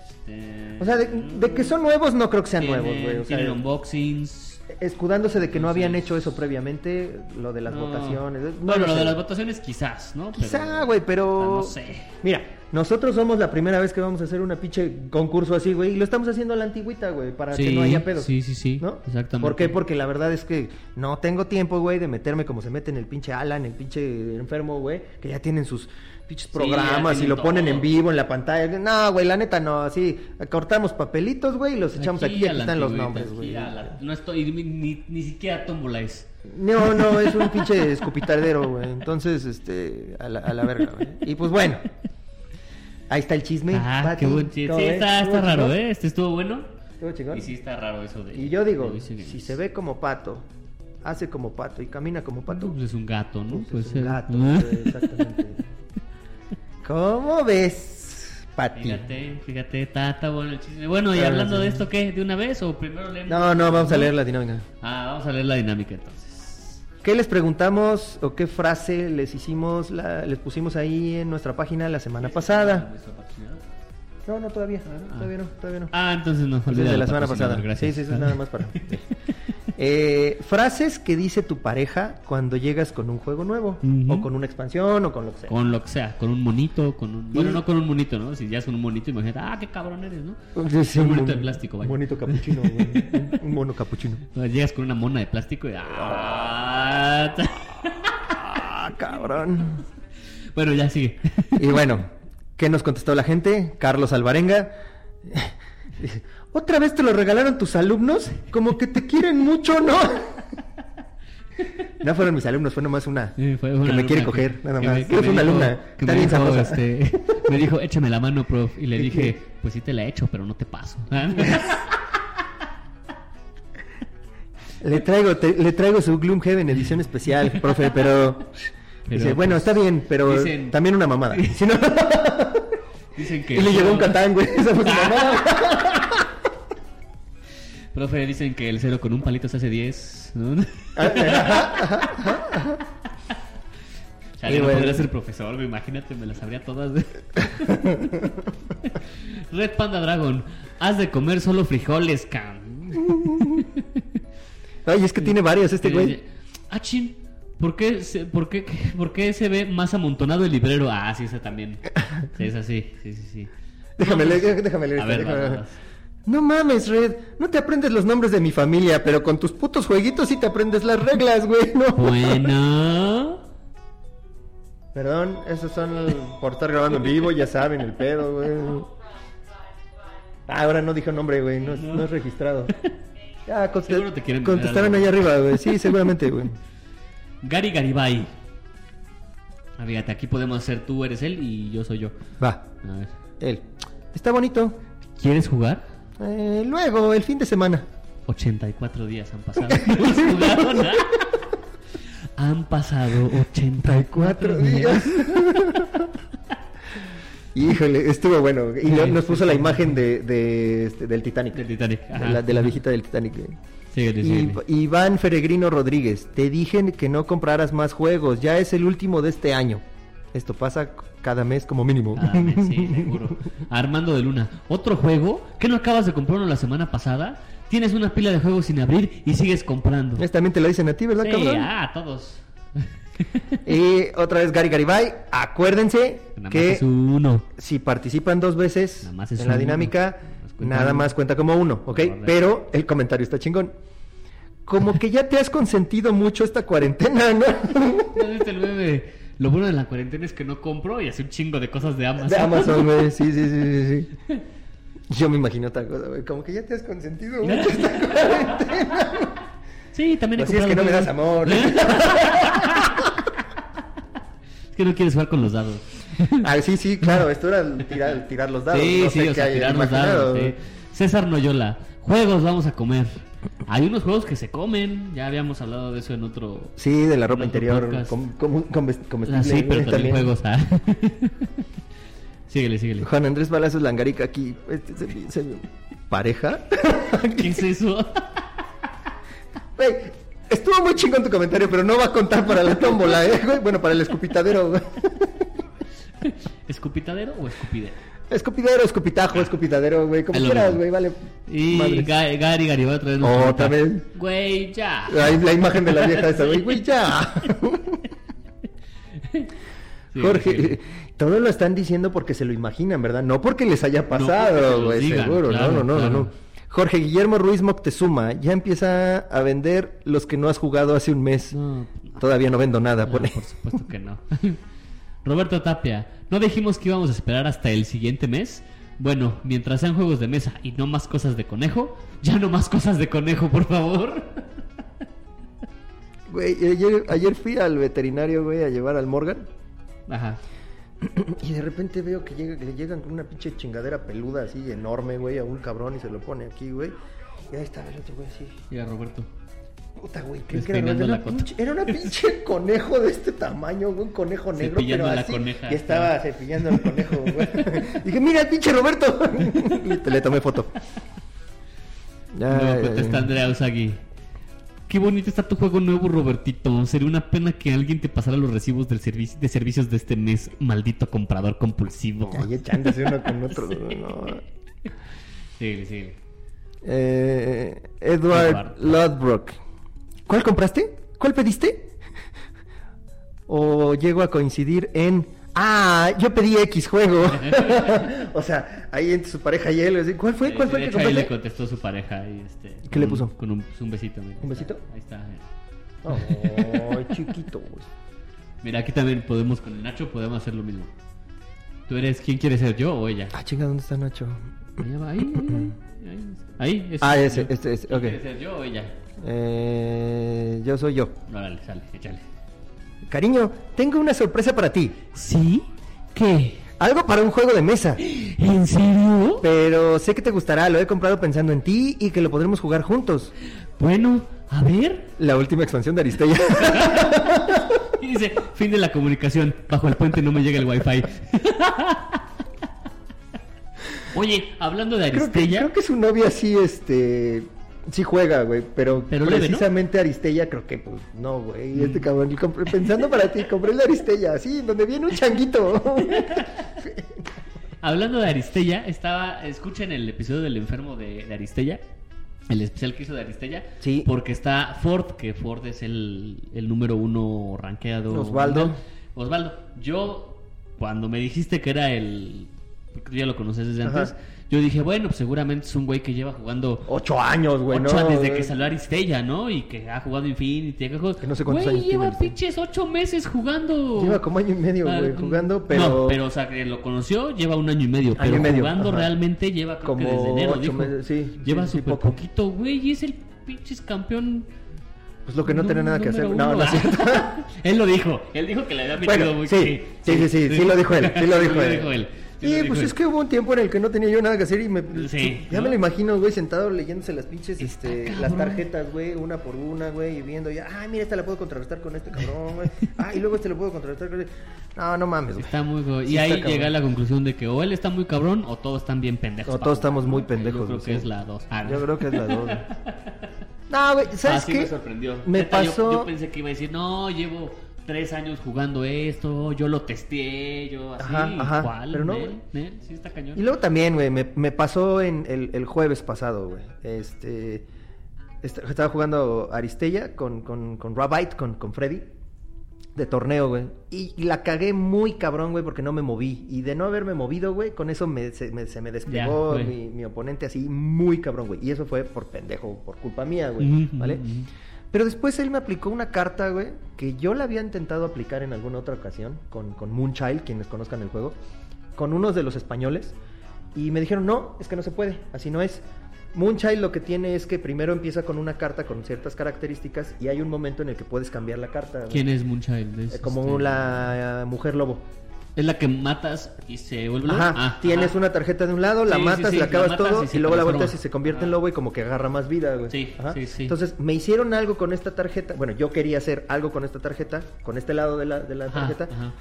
S2: Este,
S1: O sea, de, de que son nuevos, no creo que sean nuevos, güey. O sea,
S2: tienen unboxings.
S1: escudándose de que no habían
S2: Entonces-
S1: hecho eso previamente, lo de las
S2: No.
S1: votaciones. eh, No
S2: bueno, lo,
S1: sé.
S2: de las votaciones quizás, ¿no?
S1: Quizá,
S2: Pero-
S1: güey, pero...
S2: Ah, No sé.
S1: Mira, nosotros somos la primera vez que vamos a hacer una pinche concurso así, güey. Y lo estamos haciendo a la antigüita, güey, para que no haya pedos.
S2: Sí, sí, sí.
S1: ¿No?
S2: Exactamente.
S1: ¿Por qué? Porque la verdad es que no tengo tiempo, güey, de meterme como se mete en el pinche Alan, el pinche enfermo, güey, que ya tienen sus pinches
S2: ya
S1: programas y
S2: tienen
S1: lo ponen
S2: todo.
S1: en vivo en la pantalla. No, güey, la neta no, así cortamos papelitos, güey, y los echamos aquí, y
S2: a
S1: aquí
S2: la
S1: están los
S2: antigüita,
S1: nombres,
S2: aquí
S1: güey.
S2: a la- No estoy, ni, ni, ni siquiera tómbola es.
S1: No, no, es un pinche escupitadero, güey. Entonces, este, a la, a la verga, güey. Y pues bueno. Ahí está el chisme.
S2: Ah,
S1: Pati,
S2: qué buen chiste.
S1: ¿cómo
S2: Sí,
S1: ves?
S2: está, está
S1: ¿Estuvo
S2: raro,
S1: chingón?
S2: ¿eh? Este estuvo bueno.
S1: ¿Estuvo chingón?
S2: Y sí está raro eso de...
S1: Y yo digo,
S2: de Vice
S1: si
S2: Games.
S1: se ve como pato, hace como pato y camina como pato,
S2: Pues es un gato, ¿no?
S1: pues
S2: Puede
S1: es
S2: ser.
S1: un gato.
S2: Ah.
S1: güey, Exactamente. ¿Cómo ves, Pati?
S2: Fíjate, fíjate, está, está bueno el chisme. Bueno, y
S1: Ah,
S2: hablando
S1: sí.
S2: de esto, ¿qué? ¿De una vez o primero leemos?
S1: No, no, vamos a leer la dinámica.
S2: Ah, vamos a leer la dinámica entonces.
S1: ¿Qué les preguntamos o qué frase les hicimos, la- les pusimos ahí en nuestra página la semana pasada? No, no, todavía. Todavía no, todavía no.
S2: Ah, entonces no.
S1: Desde
S2: olvídalo,
S1: la semana
S2: patrocinador,
S1: pasada. Sí,
S2: Gracias.
S1: sí, eso es nada más para. Eh, frases que dice tu pareja cuando llegas con un juego nuevo,
S2: Ujú.
S1: o con una expansión, o con lo que sea.
S2: Con lo que sea, con un monito, con un...
S1: Y-
S2: Bueno, no con un monito, ¿no? Si ya es un monito, imagínate, ah, qué cabrón eres, ¿no?
S1: Sí,
S2: un
S1: mon-
S2: monito de plástico, vaya.
S1: Un monito capuchino, güey. Un- un mono capuchino.
S2: No, Llegas con una mona de plástico y... ah,
S1: Ah, cabrón.
S2: bueno, ya sigue.
S1: Y bueno, ¿qué nos contestó la gente? Carlos Alvarenga. Dice, ¿Otra vez te lo regalaron tus alumnos? Como que te quieren mucho, ¿no? No fueron mis alumnos, fue nomás una.
S2: Sí, fue
S1: que
S2: una
S1: me
S2: alumna
S1: quiere coger, nada más. Creo que fue
S2: me
S1: una
S2: dijo-
S1: alumna.
S2: que
S1: Está
S2: me
S1: bien
S2: dijo,
S1: sabrosa.
S2: este, me dijo, échame la mano, prof. Y le
S1: ¿Qué,
S2: dije,
S1: qué?
S2: pues sí te la echo, pero no te paso. Ah,
S1: Le traigo, te- le traigo su Gloomhaven edición especial, profe, pero. dice,
S2: pues,
S1: bueno, está bien, pero
S2: dicen-
S1: también una mamada. Si no-
S2: Dicen que...
S1: y le llegó un catán, güey. Esa fue su mamada.
S2: Profe, dicen que el cero con un palito se hace 10. ¿no? Chale,
S1: Y
S2: no
S1: bueno.
S2: podría ser profesor, güey, imagínate, me las sabría todas. Red Panda Dragon, has de comer solo frijoles, cam.
S1: Ay, es que tiene varias este güey.
S2: Ah, chin, ¿por qué, se, por, qué, ¿por qué se ve más amontonado el librero? Ah, sí, esa también. Sí, esa sí, sí, sí, sí.
S1: Déjame
S2: No, pues,
S1: leer, déjame leer.
S2: A
S1: esta,
S2: ver,
S1: déjame
S2: vas,
S1: ver.
S2: vas.
S1: No mames, Red. No te aprendes los nombres de mi familia, pero con tus putos jueguitos sí te aprendes las reglas, güey. No.
S2: Bueno.
S1: Perdón, esos son el- por estar grabando en vivo, ya saben, el pedo, güey. Ah, ahora no dijo nombre, güey, no, es- no es registrado. Ya, conte-
S2: Seguro te quieren poner
S1: contestaron
S2: algo.
S1: allá arriba, güey. Sí, seguramente, güey.
S2: Gary Garibay. Ah, fíjate, aquí podemos hacer tú eres él y yo soy yo.
S1: Va,
S2: A ver.
S1: él. Está bonito.
S2: ¿Quieres jugar?
S1: Eh, luego, el fin de semana.
S2: 84 días han pasado. No has jugado nada. Han pasado 84
S1: Cuatro días.
S2: días.
S1: Híjole, estuvo bueno. güey. Y no-
S2: Sí,
S1: nos
S2: sí,
S1: puso la
S2: sí.
S1: imagen de, de, este, del Titanic.
S2: Del Titanic. Ajá.
S1: De la, de la viejita del Titanic, güey.
S2: Síguele,
S1: Y-
S2: síguele.
S1: Iván Feregrino Rodríguez, te dije que no compraras más juegos, ya es el último de este año. Esto pasa cada mes como mínimo.
S2: Cada mes, Ah, sí, seguro. Armando de Luna. ¿Otro juego? ¿Que no acabas de comprar uno la semana pasada? Tienes una pila de juegos sin abrir y sigues comprando.
S1: Este también te lo dicen a ti, ¿verdad,
S2: Sí,
S1: cabrón?
S2: ah, todos.
S1: Y otra vez Gary Garibay, acuérdense
S2: Nada más
S1: que
S2: es uno.
S1: si participan dos veces
S2: Nada más es
S1: en la
S2: uno.
S1: dinámica,
S2: Nos cuenta
S1: nada
S2: uno.
S1: más cuenta como uno, ¿ok?
S2: Correcto.
S1: Pero el comentario está chingón. Como que ya te has consentido mucho esta cuarentena, ¿no?
S2: Ya viste el meme de, Lo bueno de la cuarentena es que no compro y hace un chingo de cosas de Amazon.
S1: De Amazon, güey. Sí, sí, sí, sí, sí. Yo me imagino otra cosa, güey. Como que ya te has consentido mucho esta cuarentena.
S2: Sí, también he
S1: Así es que no me das
S2: juegos.
S1: amor.
S2: Es que no quieres jugar con los dados.
S1: Ah, sí, sí, claro. Esto era el tirar, el tirar los dados.
S2: sí,
S1: no
S2: sí,
S1: sé
S2: o
S1: qué
S2: sea,
S1: hay
S2: tirar los
S1: imaginado.
S2: dados. sí. César Noyola, juegos vamos a comer. Hay unos juegos que se comen, ya habíamos hablado de eso en otro...
S1: Sí, de la ropa
S2: Los
S1: interior.
S2: podcast.
S1: Com, com- comest- comestible,
S2: Ah, sí, pero
S1: güey,
S2: también, juegos. ah. síguele, síguele.
S1: Juan Andrés Balazos Langarica aquí. Este, se- se- ¿Pareja?
S2: ¿Qué es eso?
S1: Güey, estuvo muy chingón tu comentario, pero no va a contar para la tómbola, ¿eh? güey? Bueno, para el escupitadero, güey.
S2: ¿Escupitadero o escupidero?
S1: Escupidero, escupitajo, escupitadero, güey. Como
S2: Ah. Es lo
S1: quieras,
S2: mismo.
S1: güey, vale.
S2: Y
S1: madre.
S2: Ga- Gary Garibay otra vez nos
S1: Oh,
S2: comenta,
S1: otra vez.
S2: Güey, ya.
S1: La, la imagen de la vieja esa, güey, güey, ya.
S2: Síguele, síguele.
S1: Jorge, todo lo están diciendo porque se lo imaginan, ¿verdad? No porque les haya
S2: porque se
S1: pasado,
S2: los
S1: güey,
S2: digan,
S1: seguro.
S2: claro,
S1: no, no, no,
S2: claro.
S1: no. Jorge Guillermo Ruiz Moctezuma ya empieza a vender los que no has jugado hace un mes.
S2: No,
S1: Todavía no vendo nada,
S2: No,
S1: pone.
S2: por supuesto que no. Roberto Tapia, ¿no dijimos que íbamos a esperar hasta el siguiente mes? Bueno, mientras sean juegos de mesa y no más cosas de conejo, ya no más cosas de conejo, por favor.
S1: Güey, ayer, ayer fui al veterinario, güey, a llevar al Morgan.
S2: Ajá.
S1: Y de repente veo que, llega- que le llegan con una pinche chingadera peluda así enorme, güey, a un cabrón y se lo pone aquí, güey. Y ahí estaba el otro güey así.
S2: Mira, Roberto.
S1: Puta, güey, creo que era,
S2: Despeinando
S1: era
S2: la
S1: una
S2: cota.
S1: pinche, era una pinche conejo de este tamaño, güey, un conejo negro,
S2: Cepillando
S1: pero
S2: la
S1: así,
S2: coneja.
S1: y estaba cepillando el conejo, güey. Dije, mira, el pinche Roberto. Y te- le tomé foto.
S2: Luego
S1: Ay,
S2: contesta
S1: ay,
S2: pues, Andrea Usagi. Qué bonito está tu juego nuevo, Robertito. Sería una pena que alguien te pasara los recibos del servicio de servicios de este mes, maldito comprador compulsivo.
S1: ay, echándose uno con otro. no.
S2: Sí, sí.
S1: Eh, Edward,
S2: Edward.
S1: Lodbrook. ¿Cuál compraste? ¿Cuál pediste? O llego a coincidir en... Ah, yo pedí X juego. o sea, ahí entre su pareja y él. así, ¿Cuál fue? ¿Cuál fue
S2: de
S1: el que
S2: hecho, ahí le
S1: compraste?
S2: contestó su pareja y este.
S1: ¿Qué le
S2: con-
S1: puso?
S2: Con un, un besito. mira.
S1: ¿Un besito?
S2: Ahí está. mira.
S1: Ay, chiquito, güey.
S2: Mira, aquí también podemos con el Nacho podemos hacer lo mismo. ¿Tú eres quién quiere ser yo o ella?
S1: Ah, chinga, ¿dónde está Nacho?
S2: Ella va ahí, ahí, ahí. Ahí, ahí, ese
S1: Ah,
S2: soy
S1: ese,
S2: yo.
S1: este, ese,
S2: ¿Quién
S1: ok.
S2: quiere ser yo o ella?
S1: Eh, yo soy yo.
S2: Órale, sale, échale.
S1: Cariño, tengo una sorpresa para ti.
S2: ¿Sí? ¿Qué?
S1: Algo para un juego de mesa.
S2: ¿En serio?
S1: Pero sé que te gustará, lo he comprado pensando en ti y que lo podremos jugar juntos.
S2: Bueno, a ver.
S1: La última expansión de Aristella.
S2: Y dice, fin de la comunicación. Bajo el puente no me llega el wifi. Oye, hablando de
S1: creo, que,
S2: Aristella,
S1: creo que su novia sí, este... Sí juega, güey, pero,
S2: Pero leve, ¿no? Mm.
S1: precisamente Aristella creo que, pues, no, güey. Este cabrón, le compré- pensando para ti, compré el de Aristella, así, donde viene un changuito.
S2: hablando de Aristella, estaba, escuchen el episodio del enfermo de, de Aristella, el especial que hizo de Aristella,
S1: Sí.
S2: porque está Ford, que Ford es el, el número uno rankeado.
S1: Osvaldo.
S2: mundial. Osvaldo, yo cuando me dijiste que era el, porque tú ya lo conoces desde
S1: Ajá.
S2: antes, yo dije, bueno, pues seguramente es un güey que lleva jugando
S1: Ocho años, güey,
S2: ocho
S1: no,
S2: desde
S1: güey.
S2: que salió Aristella, ¿no? Y que ha jugado Infinity, que, ha jugado-
S1: eh. Que no sé cuántos
S2: Güey,
S1: años tiene
S2: lleva
S1: Aristella.
S2: pinches ocho meses jugando.
S1: Lleva como año y medio,
S2: Ah,
S1: güey,
S2: mm,
S1: jugando, pero...
S2: No, pero o sea, que lo conoció lleva un año y medio. Pero
S1: y medio,
S2: jugando
S1: ajá.
S2: realmente lleva creo que
S1: Como
S2: desde enero,
S1: ocho
S2: dijo.
S1: meses, sí,
S2: lleva
S1: sí, sí,
S2: súper
S1: poco.
S2: poquito, güey, y es el pinches campeón.
S1: Pues lo que no
S2: nú-
S1: tenía nada que hacer.
S2: número
S1: No,
S2: uno.
S1: no es cierto.
S2: él lo dijo. Él dijo que le había metido
S1: Bueno,
S2: muy
S1: sí, sí, sí, sí, sí, lo dijo él, sí lo dijo él.
S2: sí lo
S1: Y
S2: dijo
S1: pues
S2: él.
S1: es que hubo un tiempo en el que no tenía yo nada que hacer y me...
S2: Sí,
S1: ya
S2: ¿no?
S1: me lo imagino, güey, sentado leyéndose las pinches,
S2: Está
S1: este,
S2: cabrón.
S1: las tarjetas, güey, una por una, güey, y viendo ya, ay, mira, esta la puedo contrarrestar con este cabrón, güey. Ah, y luego este lo puedo contrarrestar con este. No, no mames, güey.
S2: Está muy go- Y
S1: Sí, está
S2: ahí
S1: cabrón.
S2: llega a la conclusión de que o él está muy cabrón o todos están bien pendejos.
S1: No,
S2: pa'
S1: todos estamos muy
S2: Yo
S1: pendejos,
S2: creo
S1: güey,
S2: que
S1: sí.
S2: es la dos. Ah, no.
S1: Yo creo que es la dos. güey. No, güey, ¿sabes
S2: Así
S1: qué?
S2: Ah, me sorprendió.
S1: Me
S2: Neta, yo-
S1: pasó...
S2: Yo, pensé que iba a decir, no, llevo tres años jugando esto, yo lo testé, yo así.
S1: Ajá, ajá,
S2: ¿cuál?
S1: pero no,
S2: Nel,
S1: güey.
S2: Nel, sí está cañón.
S1: Y luego también, güey, me, me pasó en el, el jueves pasado, güey. Este, est- estaba jugando Aristella con, con, con Rabite, con, con Freddy, de torneo, güey. Y la cagué muy cabrón, güey, porque no me moví. Y de no haberme movido, güey, con eso me, se, me, se me despegó
S2: güey.
S1: mi, mi oponente así muy cabrón, güey. Y eso fue por pendejo, por culpa mía, güey,
S2: Ujú,
S1: ¿vale?
S2: ujú.
S1: Pero después él me aplicó una carta, güey, que yo la había intentado aplicar en alguna otra ocasión con, con Moonchild, quienes conozcan el juego, con unos de los españoles. Y me dijeron, no, es que no se puede, así no es. Moonchild lo que tiene es que primero empieza con una carta con ciertas características y hay un momento en el que puedes cambiar la carta. güey.
S2: ¿Quién es Moonchild?
S1: Eh,
S2: Es,
S1: Como
S2: este,
S1: la eh, mujer lobo.
S2: Es la que matas y se vuelve. lobo?
S1: Ajá,
S2: Ah,
S1: tienes
S2: ajá.
S1: una tarjeta de un lado, la
S2: Sí, sí,
S1: matas,
S2: sí,
S1: la
S2: la
S1: acabas
S2: matas
S1: todo
S2: y
S1: y,
S2: se
S1: luego la
S2: transforma.
S1: vueltas y se convierte en
S2: Ah.
S1: lobo y como que agarra más vida, güey.
S2: Sí,
S1: Ajá.
S2: sí, sí.
S1: Entonces, me hicieron algo con esta tarjeta. Bueno, yo quería hacer algo con esta tarjeta, con este lado de la, de la
S2: Ajá,
S1: tarjeta,
S2: ajá.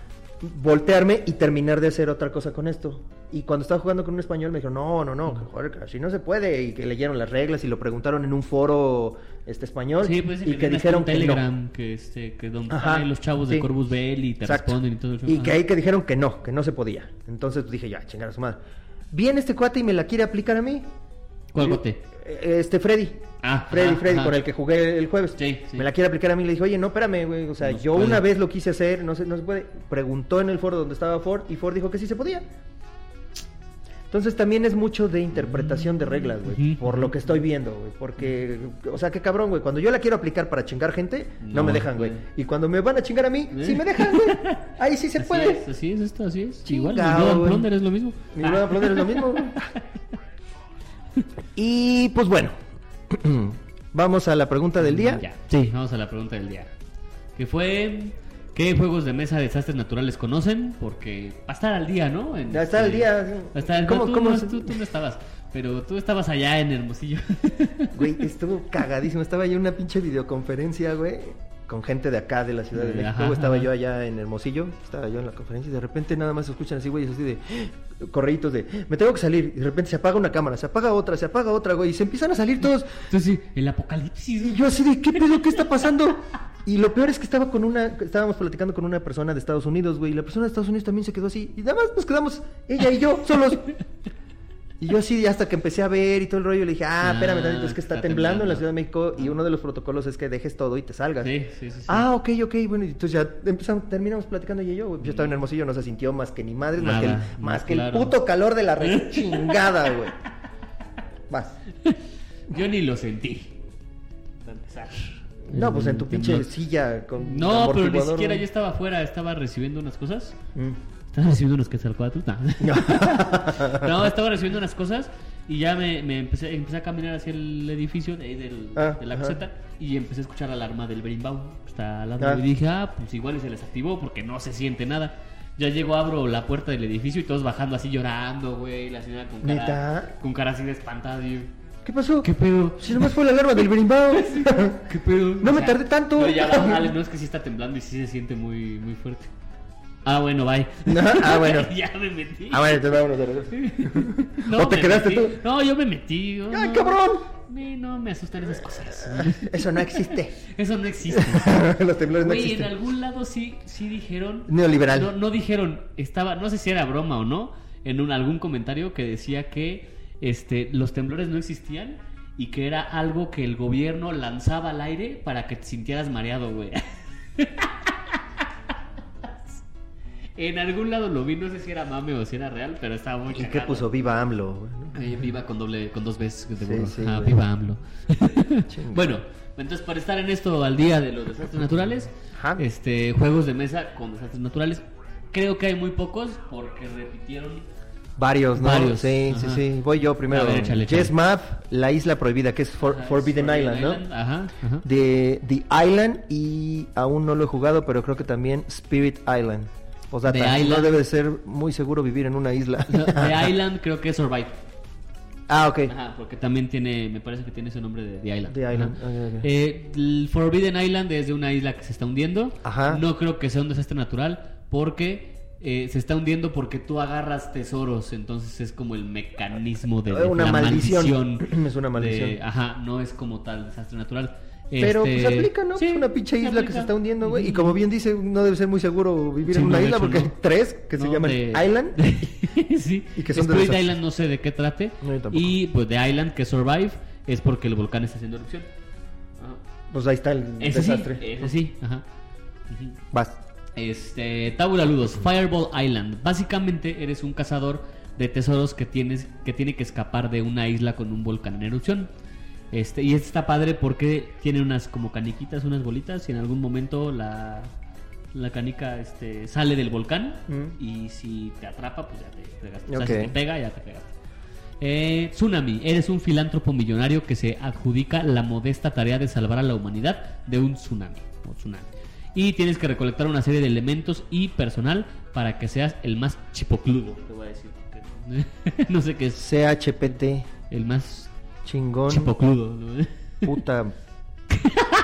S1: voltearme y terminar de hacer otra cosa con esto. Y cuando estaba jugando con un español me dijo, no, no, no, joder, así no se puede. Y que leyeron las reglas y lo preguntaron en un foro este español
S2: Sí, pues,
S1: y que
S2: tienes
S1: dijeron
S2: un
S1: que no.
S2: Telegram, que, este, que donde
S1: Ajá,
S2: están ahí los chavos
S1: sí.
S2: de Corvus Bell y te
S1: Exacto.
S2: responden y todo el show.
S1: Y
S2: Ah.
S1: que ahí que dijeron que no, que no se podía. Entonces pues, dije, ya, chingar a su madre. Viene este cuate y me la quiere aplicar a mí.
S2: ¿Cuál
S1: Yo-
S2: bote?
S1: Eh, Este, Freddy.
S2: Ah,
S1: Freddy,
S2: ajá,
S1: Freddy,
S2: ajá.
S1: con el que jugué el jueves.
S2: Sí, sí.
S1: Me la quiere aplicar a mí y le dije, oye, no, espérame, güey. O sea,
S2: No se
S1: yo
S2: puede.
S1: una vez lo quise hacer, no se, no se puede. Preguntó en el foro donde estaba Ford y Ford dijo que sí se podía. Entonces también es mucho de interpretación de reglas, güey.
S2: Ujú.
S1: Por lo que estoy viendo, güey. Porque, o sea, qué cabrón, güey. Cuando yo la quiero aplicar para chingar gente, no,
S2: No,
S1: me dejan, güey.
S2: güey.
S1: Y cuando me van a chingar a mí,
S2: ¿Eh?
S1: sí me dejan, güey. Ahí sí se
S2: Así
S1: puede.
S2: es, así es esto, así es. Igual, mi
S1: Chingado,
S2: Blood
S1: güey.
S2: Plunder es lo mismo.
S1: Mi
S2: Ah.
S1: brother brother es lo mismo. güey. y pues bueno, vamos a la pregunta del día.
S2: Ya, Sí, vamos a la pregunta del día. Que fue ¿qué juegos de mesa de desastres naturales conocen? Porque va a estar al día, ¿no? En,
S1: Ya está al
S2: este,
S1: día.
S2: Va a estar al
S1: ¿Cómo-
S2: no, tú,
S1: cómo
S2: no,
S1: se-
S2: tú, tú no estabas, pero tú estabas allá en Hermosillo.
S1: Güey, estuvo cagadísimo. Estaba yo en una pinche videoconferencia, güey, con gente de acá, de la Ciudad de
S2: Ajá,
S1: México. güey. estaba
S2: ajá.
S1: yo allá en Hermosillo, estaba yo en la conferencia y de repente nada más se escuchan así, güey, así de ¡Ah! correitos de me tengo que salir. Y de repente se apaga una cámara, se apaga otra, se apaga otra, güey, y se empiezan a salir todos.
S2: Entonces, sí, el apocalipsis.
S1: Y yo así de, ¿qué pedo? ¿Qué está pasando? Y lo peor es que estaba con una, estábamos platicando con una persona de Estados Unidos, güey. Y la persona de Estados Unidos también se quedó así. Y nada más nos quedamos, ella y yo, solos. Y yo así, hasta que empecé a ver y todo el rollo, le dije, ah,
S2: Ah,
S1: espérame, tantito, es que está,
S2: está
S1: temblando, en la
S2: temblando.
S1: Ciudad de México. Y uno de los protocolos es que dejes todo y te salgas.
S2: Sí, sí, sí. sí.
S1: Ah, ok, ok, bueno, y entonces ya empezamos, terminamos platicando ella y yo, güey. Yo estaba en Hermosillo, no se sintió más que ni madre, más que, el,
S2: Nada,
S1: más
S2: no,
S1: que
S2: claro.
S1: el puto calor de la re chingada, güey. Vas.
S2: Yo ni lo sentí. Para empezar.
S1: No, pues en tu pinche
S2: Temblor.
S1: silla con
S2: No, pero ni
S1: amortiguador,
S2: siquiera
S1: ¿no?
S2: yo estaba afuera, estaba recibiendo unas cosas.
S1: Mm.
S2: ¿Estaba recibiendo unos quetzalcoatlus? No. no, estaba recibiendo unas cosas Y ya me, me empecé, empecé a caminar hacia el edificio de ahí del-
S1: Ah,
S2: de la
S1: ajá.
S2: caseta y empecé a escuchar alarma del Brainbow. Está al lado.
S1: Ah.
S2: Y dije, ah, pues igual y se les activó porque no se siente nada. Ya llego, abro la puerta del edificio y todos bajando así llorando, güey. La señora con cara,
S1: ¿Neta?
S2: con cara así de espantada. y yo,
S1: ¿Qué pasó?
S2: ¿Qué pedo?
S1: Si nomás fue la alarma del brimbao.
S2: ¿Qué pedo?
S1: No me tardé tanto.
S2: No, ya bájale, no es que sí está temblando y sí se siente muy, muy fuerte. Ah, bueno, bye.
S1: ah, bueno.
S2: ya me metí.
S1: Ah, bueno, entonces vámonos de regreso. ¿O te
S2: me
S1: quedaste
S2: metí.
S1: tú?
S2: No, yo me metí. yo
S1: ¡Ay,
S2: no-
S1: cabrón!
S2: Me- no me asustan esas cosas.
S1: Eso no existe.
S2: Eso no existe.
S1: Los temblores no
S2: Güey, en
S1: existen.
S2: algún lado sí, sí dijeron.
S1: Neoliberal.
S2: No, no dijeron, estaba, no sé si era broma o no, en un, algún comentario que decía que este, los temblores no existían y que era algo que el gobierno lanzaba al aire para que te sintieras mareado, güey. en algún lado lo vi, no sé si era mame o si era real, pero estaba muy
S1: ¿Y qué
S2: cagado.
S1: puso? Viva AMLO. güey, ¿no?
S2: Eh, viva con doble, con dos veces que te
S1: Sí,
S2: borro.
S1: sí,
S2: Ah,
S1: güey.
S2: viva AMLO.
S1: Chinga.
S2: bueno, entonces para estar en esto al día de los desastres naturales,
S1: Ajá.
S2: este juegos de mesa con desastres naturales, creo que hay muy pocos porque repitieron
S1: Varios, ¿no?
S2: Varios,
S1: Sí, sí,
S2: ajá.
S1: sí. Voy yo primero.
S2: A ver, échale, échale.
S1: Jess Map, La Isla Prohibida, que es For-
S2: ah,
S1: Forbidden Island, ¿no?
S2: Ajá, ajá.
S1: De The Island y aún no lo he jugado, pero creo que también Spirit Island. O sea,
S2: The
S1: tan- no
S2: Island.
S1: debe de ser muy seguro vivir en una isla.
S2: No, The Island creo que es Survive.
S1: ah, ok.
S2: Ajá, porque también tiene, me parece que tiene ese nombre de The Island.
S1: The Island,
S2: Ajá.
S1: ok, ok.
S2: Eh, el Forbidden Island es de una isla que se está hundiendo.
S1: Ajá.
S2: No creo que sea un desastre natural porque eh, se está hundiendo porque tú agarras tesoros. Entonces es como el mecanismo de, de
S1: Una
S2: la
S1: maldición. Es una
S2: de-
S1: maldición.
S2: ajá, no es como tal desastre natural.
S1: Pero
S2: Este,
S1: pues aplica, ¿no?
S2: sí,
S1: es una pinche isla que
S2: aplica.
S1: se está hundiendo, güey. Y
S2: Ujú.
S1: como bien dice, no debe ser muy seguro vivir
S2: Sí,
S1: en una
S2: no, de
S1: isla
S2: hecho,
S1: porque
S2: no.
S1: hay tres que se
S2: No,
S1: llaman
S2: de-
S1: Island.
S2: sí.
S1: Y que son de
S2: Spirit
S1: esas.
S2: Island no sé de qué trate.
S1: No, yo tampoco.
S2: y pues de Island que Survive es porque el volcán está haciendo erupción. Ajá.
S1: Pues ahí está el
S2: Ese
S1: desastre.
S2: sí, ese sí, ajá. Ujú.
S1: Vas.
S2: Este, Tabula Ludos, Fireball Island. Básicamente eres un cazador de tesoros que tienes que tiene que escapar de una isla con un volcán en erupción. Este, y este está padre porque tiene unas como caniquitas, unas bolitas y en algún momento la la canica este, sale del volcán
S1: Mm.
S2: y si te atrapa pues ya te pegaste. O sea,
S1: Ok.
S2: si te pega ya te pegaste. Eh, Tsunami, eres un filántropo millonario que se adjudica la modesta tarea de salvar a la humanidad de un tsunami. o tsunami. Y tienes que recolectar una serie de elementos y personal para que seas el más chipocludo. Te voy a decir. porque no sé qué es.
S1: CHPT,
S2: El más
S1: chingón,
S2: chipocludo. ¿no?
S1: puta.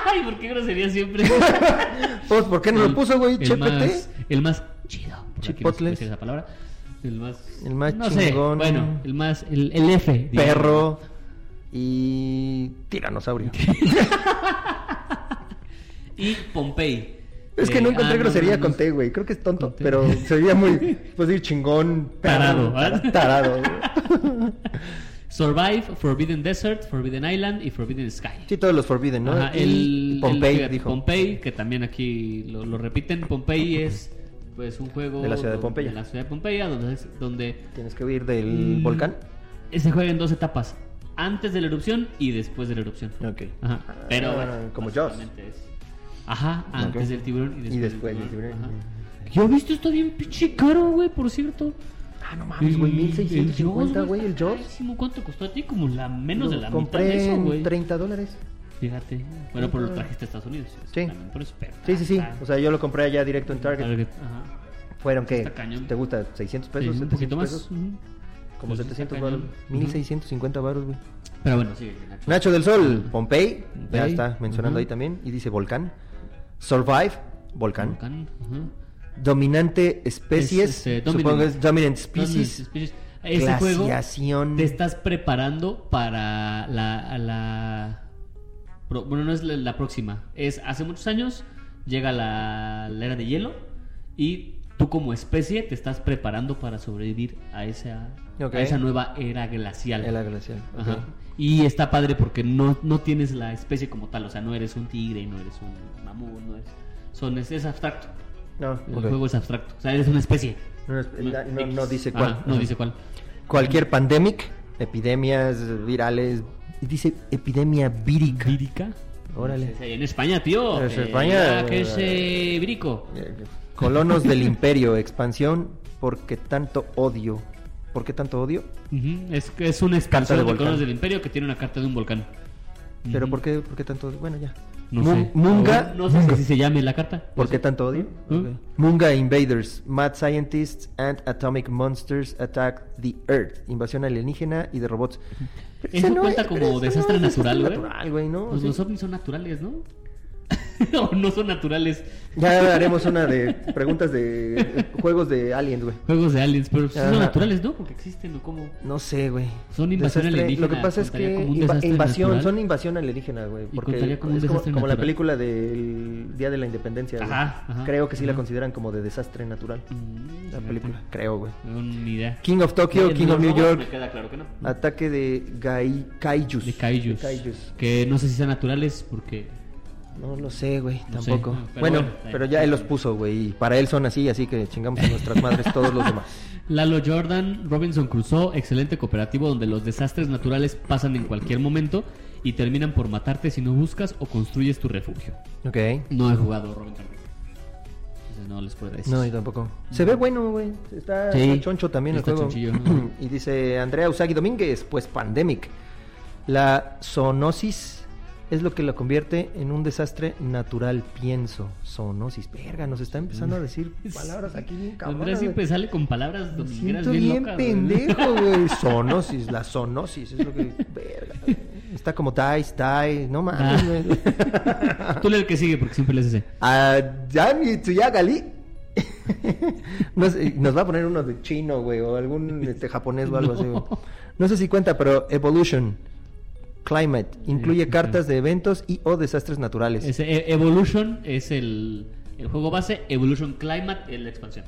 S2: Ay, ¿por qué grosería siempre?
S1: Pues, ¿por qué no
S2: El-
S1: lo puso, güey?
S2: el
S1: ¿CHPT?
S2: más- el más chido. por aquí no se puede
S1: Chipotles.
S2: decir esa palabra. El más.
S1: El más
S2: no sé,
S1: chingón.
S2: bueno, el más. El, el F. digamos.
S1: Perro y tiranosaurio.
S2: Y Pompey.
S1: Es que
S2: Eh,
S1: no encontré
S2: ah,
S1: grosería
S2: no,
S1: con
S2: no.
S1: T, güey. Creo que es tonto,
S2: Con T.
S1: pero se veía muy, pues decir, chingón. perro,
S2: Tarado, ¿ah?
S1: Tarado. güey.
S2: Survive, Forbidden Desert, Forbidden Island y Forbidden Sky.
S1: Sí, todos los forbidden, ¿no?
S2: Ajá,
S1: Y
S2: el,
S1: Pompey,
S2: el- fíjate,
S1: dijo.
S2: Pompey, que también aquí lo, lo repiten. Pompey es pues un juego
S1: De la ciudad de
S2: donde-
S1: Pompeya.
S2: de la ciudad de Pompeya, donde, es- donde
S1: Tienes que huir del
S2: Mm.
S1: volcán.
S2: se juega en dos etapas: antes de la erupción y después de la erupción.
S1: Ok.
S2: Ajá. Pero
S1: Ah,
S2: bueno,
S1: como
S2: básicamente es- Ajá, antes
S1: Ok.
S2: del tiburón y después,
S1: Y después del tiburón.
S2: Ajá. Yo he visto esto bien pinche caro, güey, por cierto.
S1: Ah, no mames, güey.
S2: El- el
S1: 1650,
S2: Jaws,
S1: güey, el
S2: está
S1: Jaws.
S2: carísimo. ¿Cuánto costó a ti? Como la menos de
S1: Lo
S2: la
S1: compré
S2: mitad de eso,
S1: en
S2: güey.
S1: 30 dólares.
S2: Fíjate. Bueno, pero lo trajiste a Estados Unidos.
S1: Sí.
S2: También, pero espera.
S1: Sí, sí, sí.
S2: Ah,
S1: O sea, yo lo compré allá directo en Target.
S2: Target, Ajá.
S1: Fueron que,
S2: Está cañón.
S1: ¿te gusta? ¿600 pesos?
S2: Sí,
S1: 700
S2: un poquito más.
S1: pesos,
S2: ujú.
S1: Como
S2: Sí, está
S1: 700
S2: cañón.
S1: baros. 1650 baros, güey.
S2: Pero bueno, sí, Nacho.
S1: Nacho del Sol, Pompey, ya
S2: Pompey,
S1: está mencionando
S2: ujú.
S1: ahí también, y dice volcán. Survive, volcán.
S2: Volcán, ajá.
S1: Dominante especies,
S2: Es, este, dominant.
S1: supongo que es dominant
S2: Dominant
S1: species.
S2: Species. Ese juego este
S1: Glaciación.
S2: te estás preparando para la, a la- pro- bueno no es la, la próxima es hace muchos años llega la, la era de hielo y tú como especie te estás preparando para sobrevivir a esa
S1: Ok.
S2: a esa nueva era glacial
S1: En la glacial. ok.
S2: Ajá. Y está padre porque no, no tienes la especie como tal, o sea, no eres un tigre, no eres un mamut, no eres... Son, es, es abstracto,
S1: No,
S2: el
S1: ok.
S2: juego es abstracto, o sea, eres una especie.
S1: No, es-
S2: Una
S1: no- no
S2: X.
S1: dice cuál.
S2: Ajá, no
S1: Ajá.
S2: dice cuál.
S1: Cualquier pandemic, epidemias virales. y Dice epidemia vírica.
S2: Vírica.
S1: Órale.
S2: Sí, En España, tío.
S1: En
S2: Eh,
S1: España,
S2: ah, que es
S1: eh,
S2: eh, brico.
S1: Colonos del imperio, expansión, porque tanto odio. ¿Por qué tanto odio?
S2: Ujú, es, es un
S1: Carta
S2: expansor
S1: de
S2: de,
S1: volcán.
S2: colonos del imperio que tiene una carta de un volcán.
S1: ¿Pero
S2: Ujú.
S1: por qué, por qué tanto odio? Bueno, ya.
S2: No
S1: Mun-
S2: sé.
S1: Munga.
S2: No sé si se llame la carta.
S1: ¿Por qué tanto odio?
S2: ¿Mm?
S1: Ok. Munga Invaders, Mad Scientists and Atomic Monsters Attack the Earth. Invasión alienígena y de robots. Pero
S2: Eso
S1: ese no
S2: cuenta
S1: es-
S2: como
S1: pero ese
S2: desastre
S1: no es
S2: natural, güey.
S1: natural, güey, ¿no?
S2: Pues
S1: Sí.
S2: los ovnis son naturales, ¿no? no, no son naturales.
S1: Ya haremos una de preguntas de eh, juegos de aliens, güey.
S2: Juegos de aliens, pero sí son
S1: Ajá.
S2: naturales, ¿no? Porque existen, ¿o cómo?
S1: No sé, güey.
S2: Son invasión
S1: Desastre-
S2: alienígena,
S1: Lo que pasa es que
S2: contaría como un
S1: inva-
S2: desastre
S1: invasión,
S2: natural.
S1: son invasión alienígena, güey.
S2: Y
S1: Porque
S2: contaría como un
S1: es como,
S2: desastre
S1: como la
S2: natural.
S1: película del Día de la Independencia. güey.
S2: Ajá, ajá,
S1: creo que sí la
S2: ajá.
S1: consideran como de desastre natural.
S2: Mm,
S1: La
S2: fíjate.
S1: película, creo, güey.
S2: No, ni idea.
S1: King of Tokyo,
S2: Eh,
S1: King
S2: no,
S1: of New
S2: no,
S1: York.
S2: Me queda claro que no.
S1: Ataque de gai, kaijus.
S2: De kaijus,
S1: De kaijus.
S2: Que no sé si sean naturales porque...
S1: No lo sé, güey,
S2: No sé,
S1: tampoco.
S2: no, pero
S1: bueno,
S2: bueno,
S1: pero
S2: ahí.
S1: ya él los puso, güey. Y para él son así, así que chingamos a nuestras madres todos los demás.
S2: Lalo Jordan, Robinson Crusoe, excelente cooperativo donde los desastres naturales pasan en cualquier momento y terminan por matarte si no buscas o construyes tu refugio.
S1: Ok.
S2: No he jugado Robinson Crusoe. Entonces no les puedo decir. Pues
S1: No, yo tampoco. Se ve bueno, güey. Está
S2: Sí.
S1: está choncho también
S2: Está
S1: el juego.
S2: chonchillo, ajá.
S1: y dice Andrea Usagi Domínguez, pues Pandemic. La zoonosis es lo que la convierte en un desastre natural, pienso. Zoonosis. Verga, nos está empezando a decir palabras aquí bien cabronas,
S2: Andrés
S1: güey.
S2: siempre sale con palabras
S1: Me
S2: domingueras
S1: Siento
S2: bien,
S1: bien
S2: locas, güey.
S1: pendejo, güey. Zoonosis, la zoonosis, es lo que. Verga. güey. Está como Dice, Dice, no mames,
S2: Ah.
S1: güey.
S2: Tú lee el que sigue porque siempre lees ese.
S1: Ah, Yami Tsuyagali. No sé, nos va a poner uno de chino, güey, o algún este, japonés o algo así. güey.
S2: No.
S1: No sé si cuenta, pero Evolution Climate incluye
S2: sí.
S1: cartas de eventos y o desastres naturales.
S2: Ese, eh, Evolution es el, el juego base, Evolution Climate es la expansión.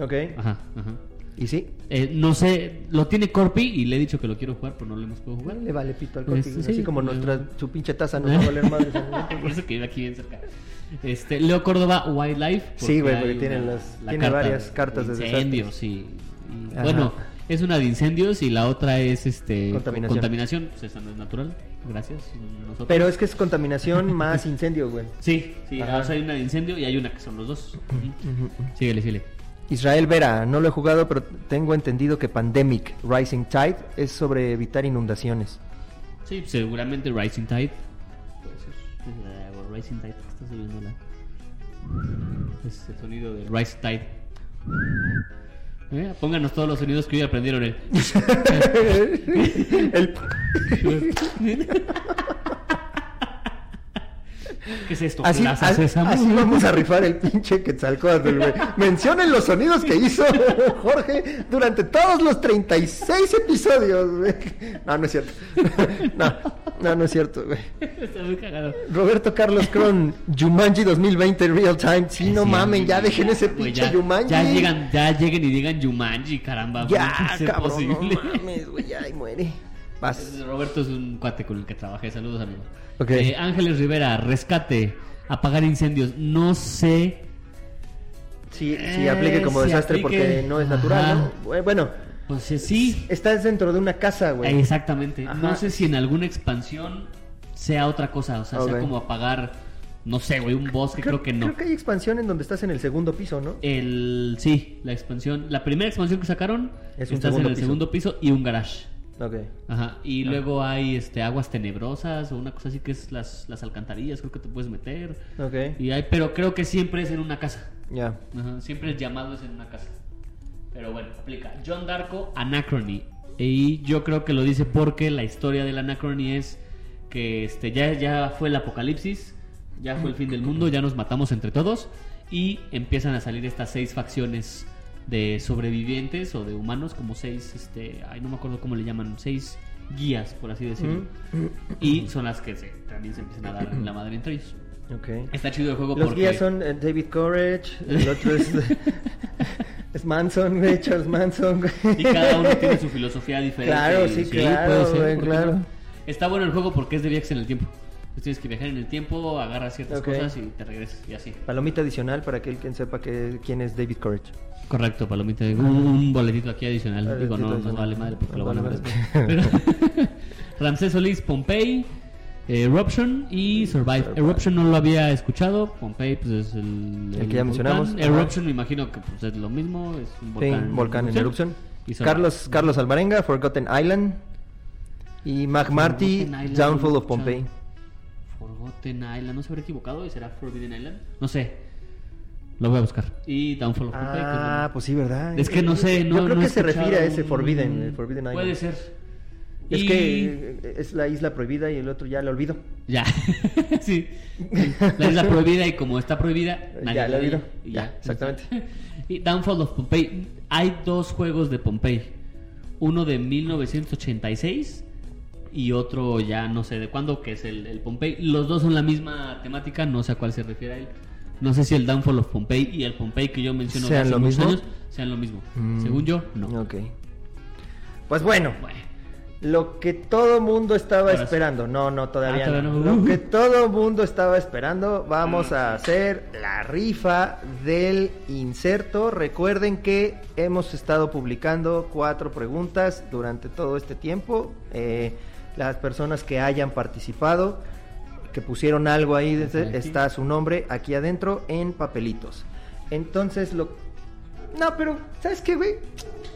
S1: Ok.
S2: Ajá, ajá.
S1: ¿Y sí?
S2: Eh, no sé, lo tiene Corpi y le he dicho que lo quiero jugar, pero no lo hemos podido jugar.
S1: Le vale pito al
S2: Pues,
S1: contigo.
S2: sí,
S1: así como
S2: güey.
S1: nuestra, su pinche taza nos va a valer madre.
S2: Por eso que vive aquí bien cerca. Este, Leo Córdoba, Wildlife.
S1: Sí, güey,
S2: hay
S1: porque tiene
S2: una-
S1: las-
S2: la
S1: tiene varias cartas de
S2: incendios. Y, y-
S1: Ajá.
S2: bueno, es una de incendios y la otra es este
S1: Contaminación.
S2: contaminación. Pues esa no es natural, gracias. nosotros.
S1: Pero es que es contaminación más incendio, güey.
S2: Sí, sí,
S1: Ajá.
S2: o sea, hay una de incendio y hay una que son los dos.
S1: Ujú.
S2: Síguele, síguele.
S1: Israel Vera, no lo he jugado, pero tengo entendido que Pandemic Rising Tide es sobre evitar inundaciones.
S2: Sí, seguramente Rising Tide. Puede ser. Eh, o Rising Tide, que está subiendo la. Es el sonido de Rising Tide. Eh, pónganos todos los sonidos que hoy aprendieron. eh. El...
S1: El-
S2: ¿Qué es esto?
S1: Así,
S2: Plaza
S1: a-
S2: Sésamo?
S1: así vamos a rifar el pinche Quetzalcóatl, güey. Mencionen los sonidos que hizo Jorge durante todos los 36 episodios, güey. No, no es cierto. No, no, no es cierto, güey.
S2: Está muy cagado.
S1: Roberto Carlos Cron, Jumanji 2020 Real Time. Sí, no
S2: Sí,
S1: mamen,
S2: güey,
S1: ya dejen ese
S2: güey,
S1: pinche
S2: ya-
S1: Jumanji.
S2: Ya, llegan, ya lleguen y digan Jumanji, caramba. ¿cómo
S1: Ya,
S2: es
S1: cabrón,
S2: posible?
S1: no mames, güey, ya, y muere. Vas.
S2: Roberto es un cuate con el que trabajé. Saludos, amigo.
S1: Ok.
S2: Eh, Ángeles Rivera, rescate, apagar incendios. No sé.
S1: Sí, sí,
S2: Eh,
S1: aplique como
S2: sí,
S1: desastre
S2: aplique.
S1: porque no es natural, ¿no? Bueno,
S2: Pues sí, sí.
S1: estás dentro de una casa,
S2: Eh,
S1: güey.
S2: Exactamente.
S1: Ajá.
S2: No sé si en alguna expansión sea otra cosa. O sea,
S1: Ok.
S2: sea como apagar, no sé, güey, un bosque. Creo, que no.
S1: Creo que hay expansión en donde estás en el segundo piso, ¿no?
S2: El, sí, la expansión. La primera expansión que sacaron
S1: Es un
S2: estás en
S1: segundo
S2: el
S1: piso. Ah.
S2: segundo piso y un garage.
S1: Ok.
S2: Ajá, y luego hay este aguas tenebrosas o una cosa así que es las, las alcantarillas, creo que te puedes meter.
S1: Ok.
S2: Y hay, pero creo que siempre es en una casa.
S1: Ya.
S2: Ajá, siempre el llamado es en una casa. Pero bueno, aplica. John Darko, Anachrony. Y yo creo que lo dice porque la historia del Anachrony es que este, ya, ya fue el apocalipsis, ya fue el fin del mundo, ya nos matamos entre todos. Y empiezan a salir estas seis facciones de sobrevivientes o de humanos, como seis, este, ay, no me acuerdo cómo le llaman, seis guías, por así decirlo. Y son las que se- también se empiezan a dar en la madre entre ellos.
S1: Ok.
S2: Está chido el juego
S1: Los
S2: porque...
S1: guías son eh, David Courage, el otro es, es Manson, güey, Charles Manson, güey.
S2: Y cada uno tiene su filosofía diferente.
S1: Claro, sí, claro,
S2: puede ser,
S1: güey,
S2: ¿por qué
S1: claro.
S2: no? Está bueno el juego porque es de viajes en el tiempo. Pues tienes que viajar en el tiempo, agarras ciertas
S1: Ok.
S2: cosas y te regresas y así.
S1: Palomita adicional para aquel quien sepa que, quién es David Courage.
S2: Correcto, Palomita. Un, un boletito aquí adicional.
S1: Boletito
S2: Digo, no, nos
S1: adicional.
S2: vale madre porque lo van a ver
S1: Nos
S2: después.
S1: vale
S2: Pero- Ramsés Solís, Pompey, eh, Eruption y Survive.
S1: Survive.
S2: Eruption no lo había escuchado. Pompey, pues es el.
S1: El que ya mencionamos.
S2: volcán. Eruption, me imagino que pues, es lo mismo. Es un volcán.
S1: volcán en erupción.
S2: Hizo-
S1: Carlos, Carlos Alvarenga, Forgotten Island. Y Mac Marty,
S2: Forgotten Island,
S1: Downfall of
S2: escuchado.
S1: Pompeii.
S2: Forgotten Island, no se habrá equivocado y será Forbidden Island. No sé. Lo voy a buscar. Y Downfall of Pompeii, que es
S1: Ah,
S2: donde-
S1: pues sí, ¿verdad?
S2: Es que no sé, no
S1: Yo creo
S2: no he
S1: que se
S2: escuchado
S1: refiere a ese
S2: un-
S1: Forbidden, el Forbidden Island.
S2: Puede ser.
S1: Es
S2: Y-
S1: que eh, es la isla prohibida y el otro ya la olvido.
S2: Ya. sí. La isla prohibida y como está prohibida, nadie
S1: Ya, la
S2: ve.
S1: olvido.
S2: Y
S1: Ya, exactamente.
S2: Y Downfall of Pompeii. Hay dos juegos de Pompeii. Uno de 1986 y otro ya no sé de cuándo, que es el, el Pompeii. Los dos son la misma temática, no sé a cuál se refiere él. No sé si el Downfall of Pompeii y el Pompeii que yo menciono de
S1: ¿Sean
S2: hace
S1: lo
S2: muchos
S1: mismo?
S2: años sean lo mismo.
S1: Mm.
S2: Según yo, no.
S1: Ok. Pues bueno,
S2: Bueno,
S1: lo que todo mundo estaba
S2: Ahora sí.
S1: esperando. No, no, todavía
S2: Ah, todavía
S1: no.
S2: no. Ah,
S1: Lo que todo mundo estaba esperando. Vamos a hacer la rifa del inserto. Recuerden que hemos estado publicando cuatro preguntas durante todo este tiempo. Eh, las personas que hayan participado, que pusieron algo ahí, desde-
S2: Aquí.
S1: está su nombre aquí adentro en papelitos. Entonces lo... No, pero ¿sabes qué, güey?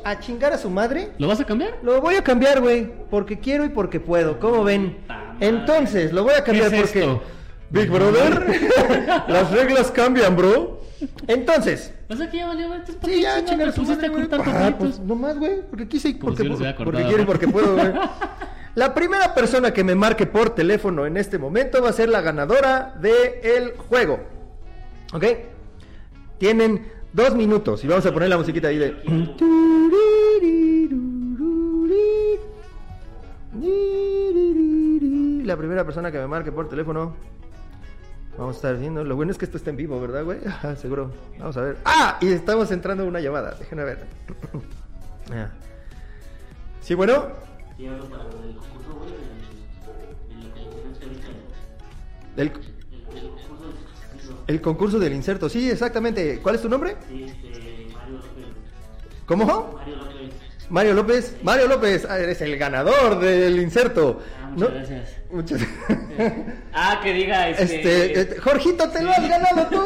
S1: A chingar a su madre.
S2: ¿Lo vas a cambiar?
S1: Lo voy a cambiar, güey, porque quiero y porque puedo. ¿Cómo ven?
S2: Puta madre.
S1: Entonces, lo voy a cambiar
S2: ¿Qué es
S1: porque
S2: esto?
S1: Big Brother, las reglas cambian, bro. Entonces,
S2: O sea que ya valió, entonces, ¿por
S1: sí,
S2: qué
S1: ya
S2: chingados
S1: chingar
S2: me
S1: a su madre,
S2: pusiste a
S1: güey.
S2: cortar
S1: Ah,
S2: papelitos?
S1: pues nomás, güey, porque quise y
S2: Como
S1: porque,
S2: si no se
S1: pu-
S2: hubiera acordado,
S1: porque quiero y
S2: ¿no?
S1: porque puedo, güey. La primera persona que me marque por teléfono en este momento va a ser la ganadora del juego. ¿Ok? Tienen dos minutos y vamos a poner la musiquita ahí de... La primera persona que me marque por teléfono. Vamos a estar viendo. Lo bueno es que esto está en vivo, ¿verdad, güey? Ajá, seguro. Vamos a ver. ¡Ah! Y estamos entrando una llamada. Déjenme ver. Ah. Sí, bueno. Del, el concurso del inserto. Sí, exactamente. ¿Cuál es tu nombre?
S2: Este,
S1: ¿Cómo? Mario López. Mario López. Ah, eres el ganador del inserto.
S2: Ah, muchas
S1: No-
S2: gracias.
S1: Muchas
S2: Ah, que diga
S1: Este, este, Jorgito, te lo has ganado tú.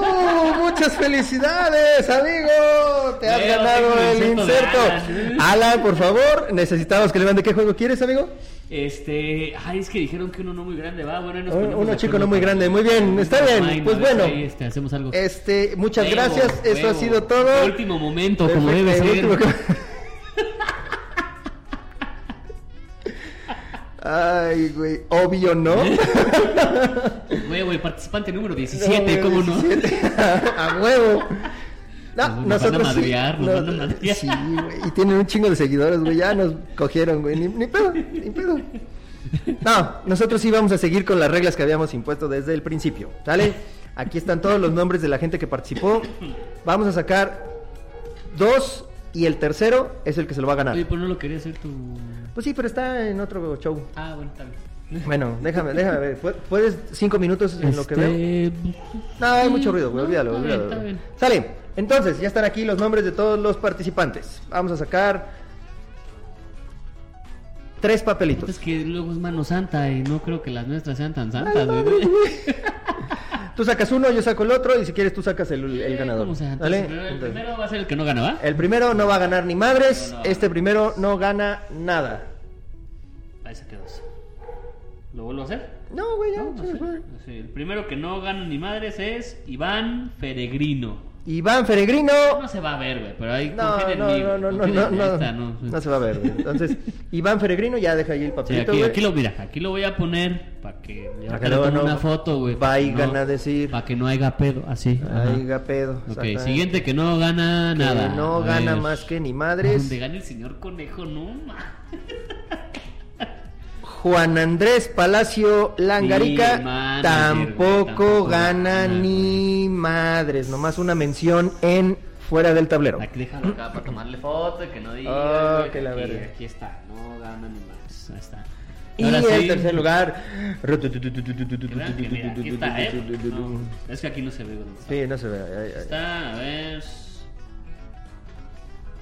S1: Muchas felicidades, amigo. Te has
S2: Leo,
S1: ganado
S2: tengo
S1: el
S2: el
S1: inserto.
S2: inserto de
S1: Alan.
S2: Alan.
S1: por favor, necesitamos que le mande qué juego quieres, amigo.
S2: Este, ay, es que dijeron que uno no muy grande, va, bueno, ahí nos
S1: Un-
S2: ponemos
S1: uno
S2: de
S1: chico
S2: acuerdo
S1: no muy
S2: para-
S1: grande, muy bien, está
S2: Ay,
S1: bien,
S2: no,
S1: pues
S2: a ver si
S1: bueno.
S2: ahí, este, hacemos algo.
S1: Este, muchas
S2: Huevo,
S1: gracias. Eso ha
S2: huevo.
S1: sido todo.
S2: Último momento, como
S1: Perfecto,
S2: debe
S1: el
S2: ser.
S1: último que- Ay, güey, obvio, ¿no?
S2: Huevo, el participante número 17, ¿cómo no?
S1: 17. a huevo. No,
S2: Nos- nos
S1: nosotros
S2: van a
S1: sí.
S2: madrear, nos
S1: No,
S2: van a madrear.
S1: sí, güey, y tienen un chingo de seguidores, güey, ya nos cogieron, güey, ni, ni pedo, ni pedo. No, nosotros sí vamos a seguir con las reglas que habíamos impuesto desde el principio, ¿sale? Aquí están todos los nombres de la gente que participó. Vamos a sacar dos y el tercero es el que se lo va a ganar.
S2: Oye, pues no lo quería hacer tu.
S1: Pues sí, pero está en otro show.
S2: Ah, bueno, está bien.
S1: Bueno, déjame, déjame ver. ¿Pu- ¿Puedes cinco minutos en lo que veo?
S2: Este,
S1: No, hay mucho ruido, güey,
S2: Mm, No,
S1: olvídalo,
S2: está bien,
S1: olvídalo.
S2: está bien.
S1: Sale, entonces, ya están aquí los nombres de todos los participantes. Vamos a sacar tres papelitos.
S2: Es que luego es mano santa y no creo que las nuestras sean tan
S1: Ay,
S2: santas,
S1: madre,
S2: güey.
S1: Tú sacas uno, yo saco el otro y si quieres tú sacas el, el
S2: Eh,
S1: ganador.
S2: vamos a-
S1: ¿Sale?
S2: primero- El
S1: Entonces,
S2: primero va a ser el que no gana, ¿va?
S1: El primero no va a ganar ni madres,
S2: No, no.
S1: este primero no gana nada.
S2: Ahí se quedó. ¿Lo vuelvo a hacer?
S1: No, güey, ya.
S2: No, no
S1: sí,
S2: sé.
S1: güey.
S2: Sí, el primero que no gana ni madres es Iván Peregrino.
S1: Iván Feregrino.
S2: No se va a ver, güey, pero ahí
S1: No,
S2: confíen en
S1: no,
S2: mí,
S1: no,
S2: güey,
S1: no, no,
S2: confíen
S1: no,
S2: en mí,
S1: no,
S2: esta
S1: no,
S2: no. pues.
S1: no se va a ver. güey. Entonces, Iván Feregrino ya deja ahí el
S2: Sí,
S1: papelito,
S2: aquí,
S1: güey.
S2: aquí lo mira, aquí lo voy a poner para que
S1: Para
S2: para
S1: que
S2: que le
S1: luego
S2: tome
S1: no
S2: una foto, güey.
S1: vayan a decir.
S2: Para que no haya pedo, así. ajá.
S1: Ay, gapedo.
S2: ok,
S1: exactamente.
S2: siguiente que no gana
S1: Que
S2: nada.
S1: no
S2: A
S1: gana
S2: ver.
S1: más que ni madres.
S2: Donde gane el señor conejo, no ma.
S1: Juan Andrés Palacio Langarica
S2: Ni madres,
S1: tampoco,
S2: güey, tampoco
S1: gana
S2: gana,
S1: ni madres. Nomás una mención en fuera del tablero.
S2: Aquí déjalo acá para tomarle foto y que no diga.
S1: Ah,
S2: güey,
S1: que la
S2: aquí,
S1: verga.
S2: aquí está, no gana ni más. Ahí está.
S1: Y
S2: Ahora
S1: en
S2: sí,
S1: tercer lugar.
S2: que vean que mira, aquí está, ¿eh? No, es que aquí no se ve dónde está.
S1: Sí, no se ve. ay, ay, ay.
S2: Está, a ver.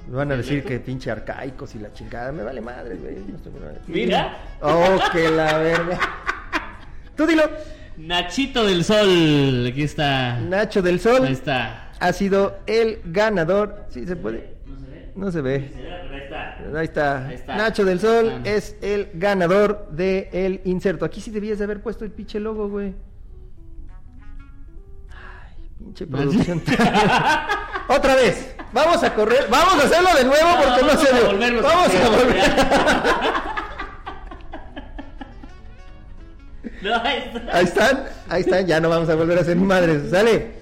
S1: Van a decir que pinche arcaicos y la chingada. Me vale madre, güey. no estoy-
S2: Mira.
S1: Oh, que la verga. Tú dilo.
S2: Nachito del Sol. Aquí está.
S1: Nacho del Sol.
S2: Ahí está.
S1: ha sido el ganador. Sí, se puede.
S2: No se ve. ve.
S1: No se ve.
S2: Señora, pero ahí está.
S1: Ahí está.
S2: Ahí está.
S1: Nacho del Sol
S2: Ahí está.
S1: es el ganador del el inserto. Aquí sí debías de haber puesto el pinche logo, güey. Ay, pinche
S2: Pues
S1: producción. Otra vez. Vamos a correr. Vamos a hacerlo de nuevo
S2: No,
S1: porque no,
S2: vamos
S1: se
S2: a
S1: dio.
S2: volvernos ¿eh?
S1: Vamos
S2: a
S1: a volver.
S2: No, ahí está.
S1: Ahí están. Ahí están. Ya no vamos a volver a ser madres. Sale.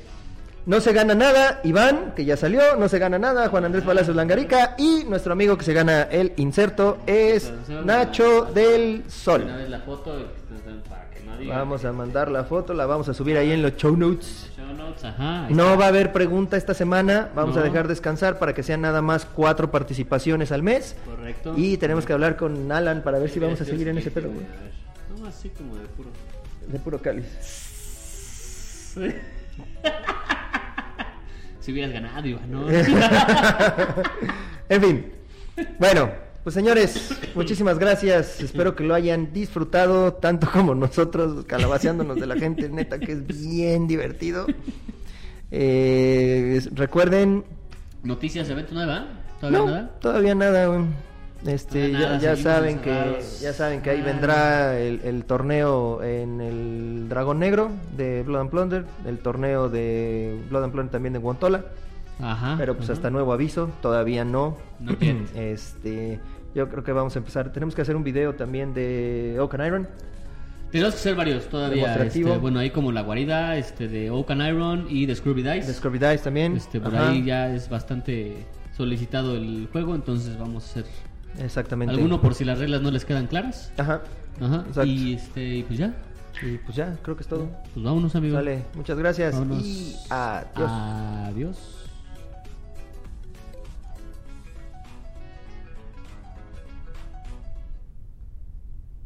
S1: No se gana nada, Iván, que ya salió, no se gana nada, Juan Andrés Palacios Langarica y nuestro amigo que se gana el inserto es Nacho del Sol.
S2: Una vez la foto y- para que no digan.
S1: Vamos a mandar la foto, la vamos a subir ahí en los show notes.
S2: Show notes, ajá. ahí
S1: No va a haber pregunta esta semana, vamos a
S2: No.
S1: dejar descansar para que sean nada más cuatro participaciones al mes.
S2: está, Correcto.
S1: Y tenemos que hablar con Alan para ver si vamos a
S2: Yo
S1: seguir en
S2: sé
S1: ese
S2: que-
S1: pedo, güey.
S2: a ver. No, así como de puro.
S1: De puro cáliz.
S2: si hubieras ganado, Iván, ¿no?
S1: En fin. Bueno, pues señores, muchísimas gracias. Espero que lo hayan disfrutado tanto como nosotros, calabaceándonos de la gente, neta, que es bien divertido. Eh, es- recuerden,
S2: Noticias, evento nueva. ¿Todavía
S1: No,
S2: nada?
S1: todavía nada. güey. Este,
S2: Todavía
S1: ya, ya
S2: nada, seguimos
S1: saben que
S2: encerrados.
S1: ya saben que ahí
S2: Ah.
S1: vendrá el, el torneo en el Dragón Negro de Blood and Plunder, el torneo de Blood and Plunder también de Guantola,
S2: Ajá.
S1: pero pues
S2: Ah, ajá.
S1: hasta nuevo aviso, todavía no.
S2: No tienes.
S1: este, yo creo que vamos a empezar, tenemos que hacer un video también de Oak and Iron.
S2: Tenemos que hacer varios todavía.
S1: Demostrativo.
S2: este, bueno, ahí como la guarida, este de Oak and Iron y de Scrubby Dice.
S1: De Scurvy Dice también.
S2: Este, por
S1: Ajá,
S2: ahí ya es bastante solicitado el juego, entonces vamos a hacer
S1: Exactamente.
S2: alguno por si las reglas no les quedan claras.
S1: Ajá.
S2: Ajá.
S1: Exacto.
S2: Y este, y pues ya.
S1: Y pues ya, creo que es todo.
S2: Pues vámonos, amigos.
S1: Vale, muchas gracias
S2: Vámonos.
S1: y adiós.
S2: Adiós.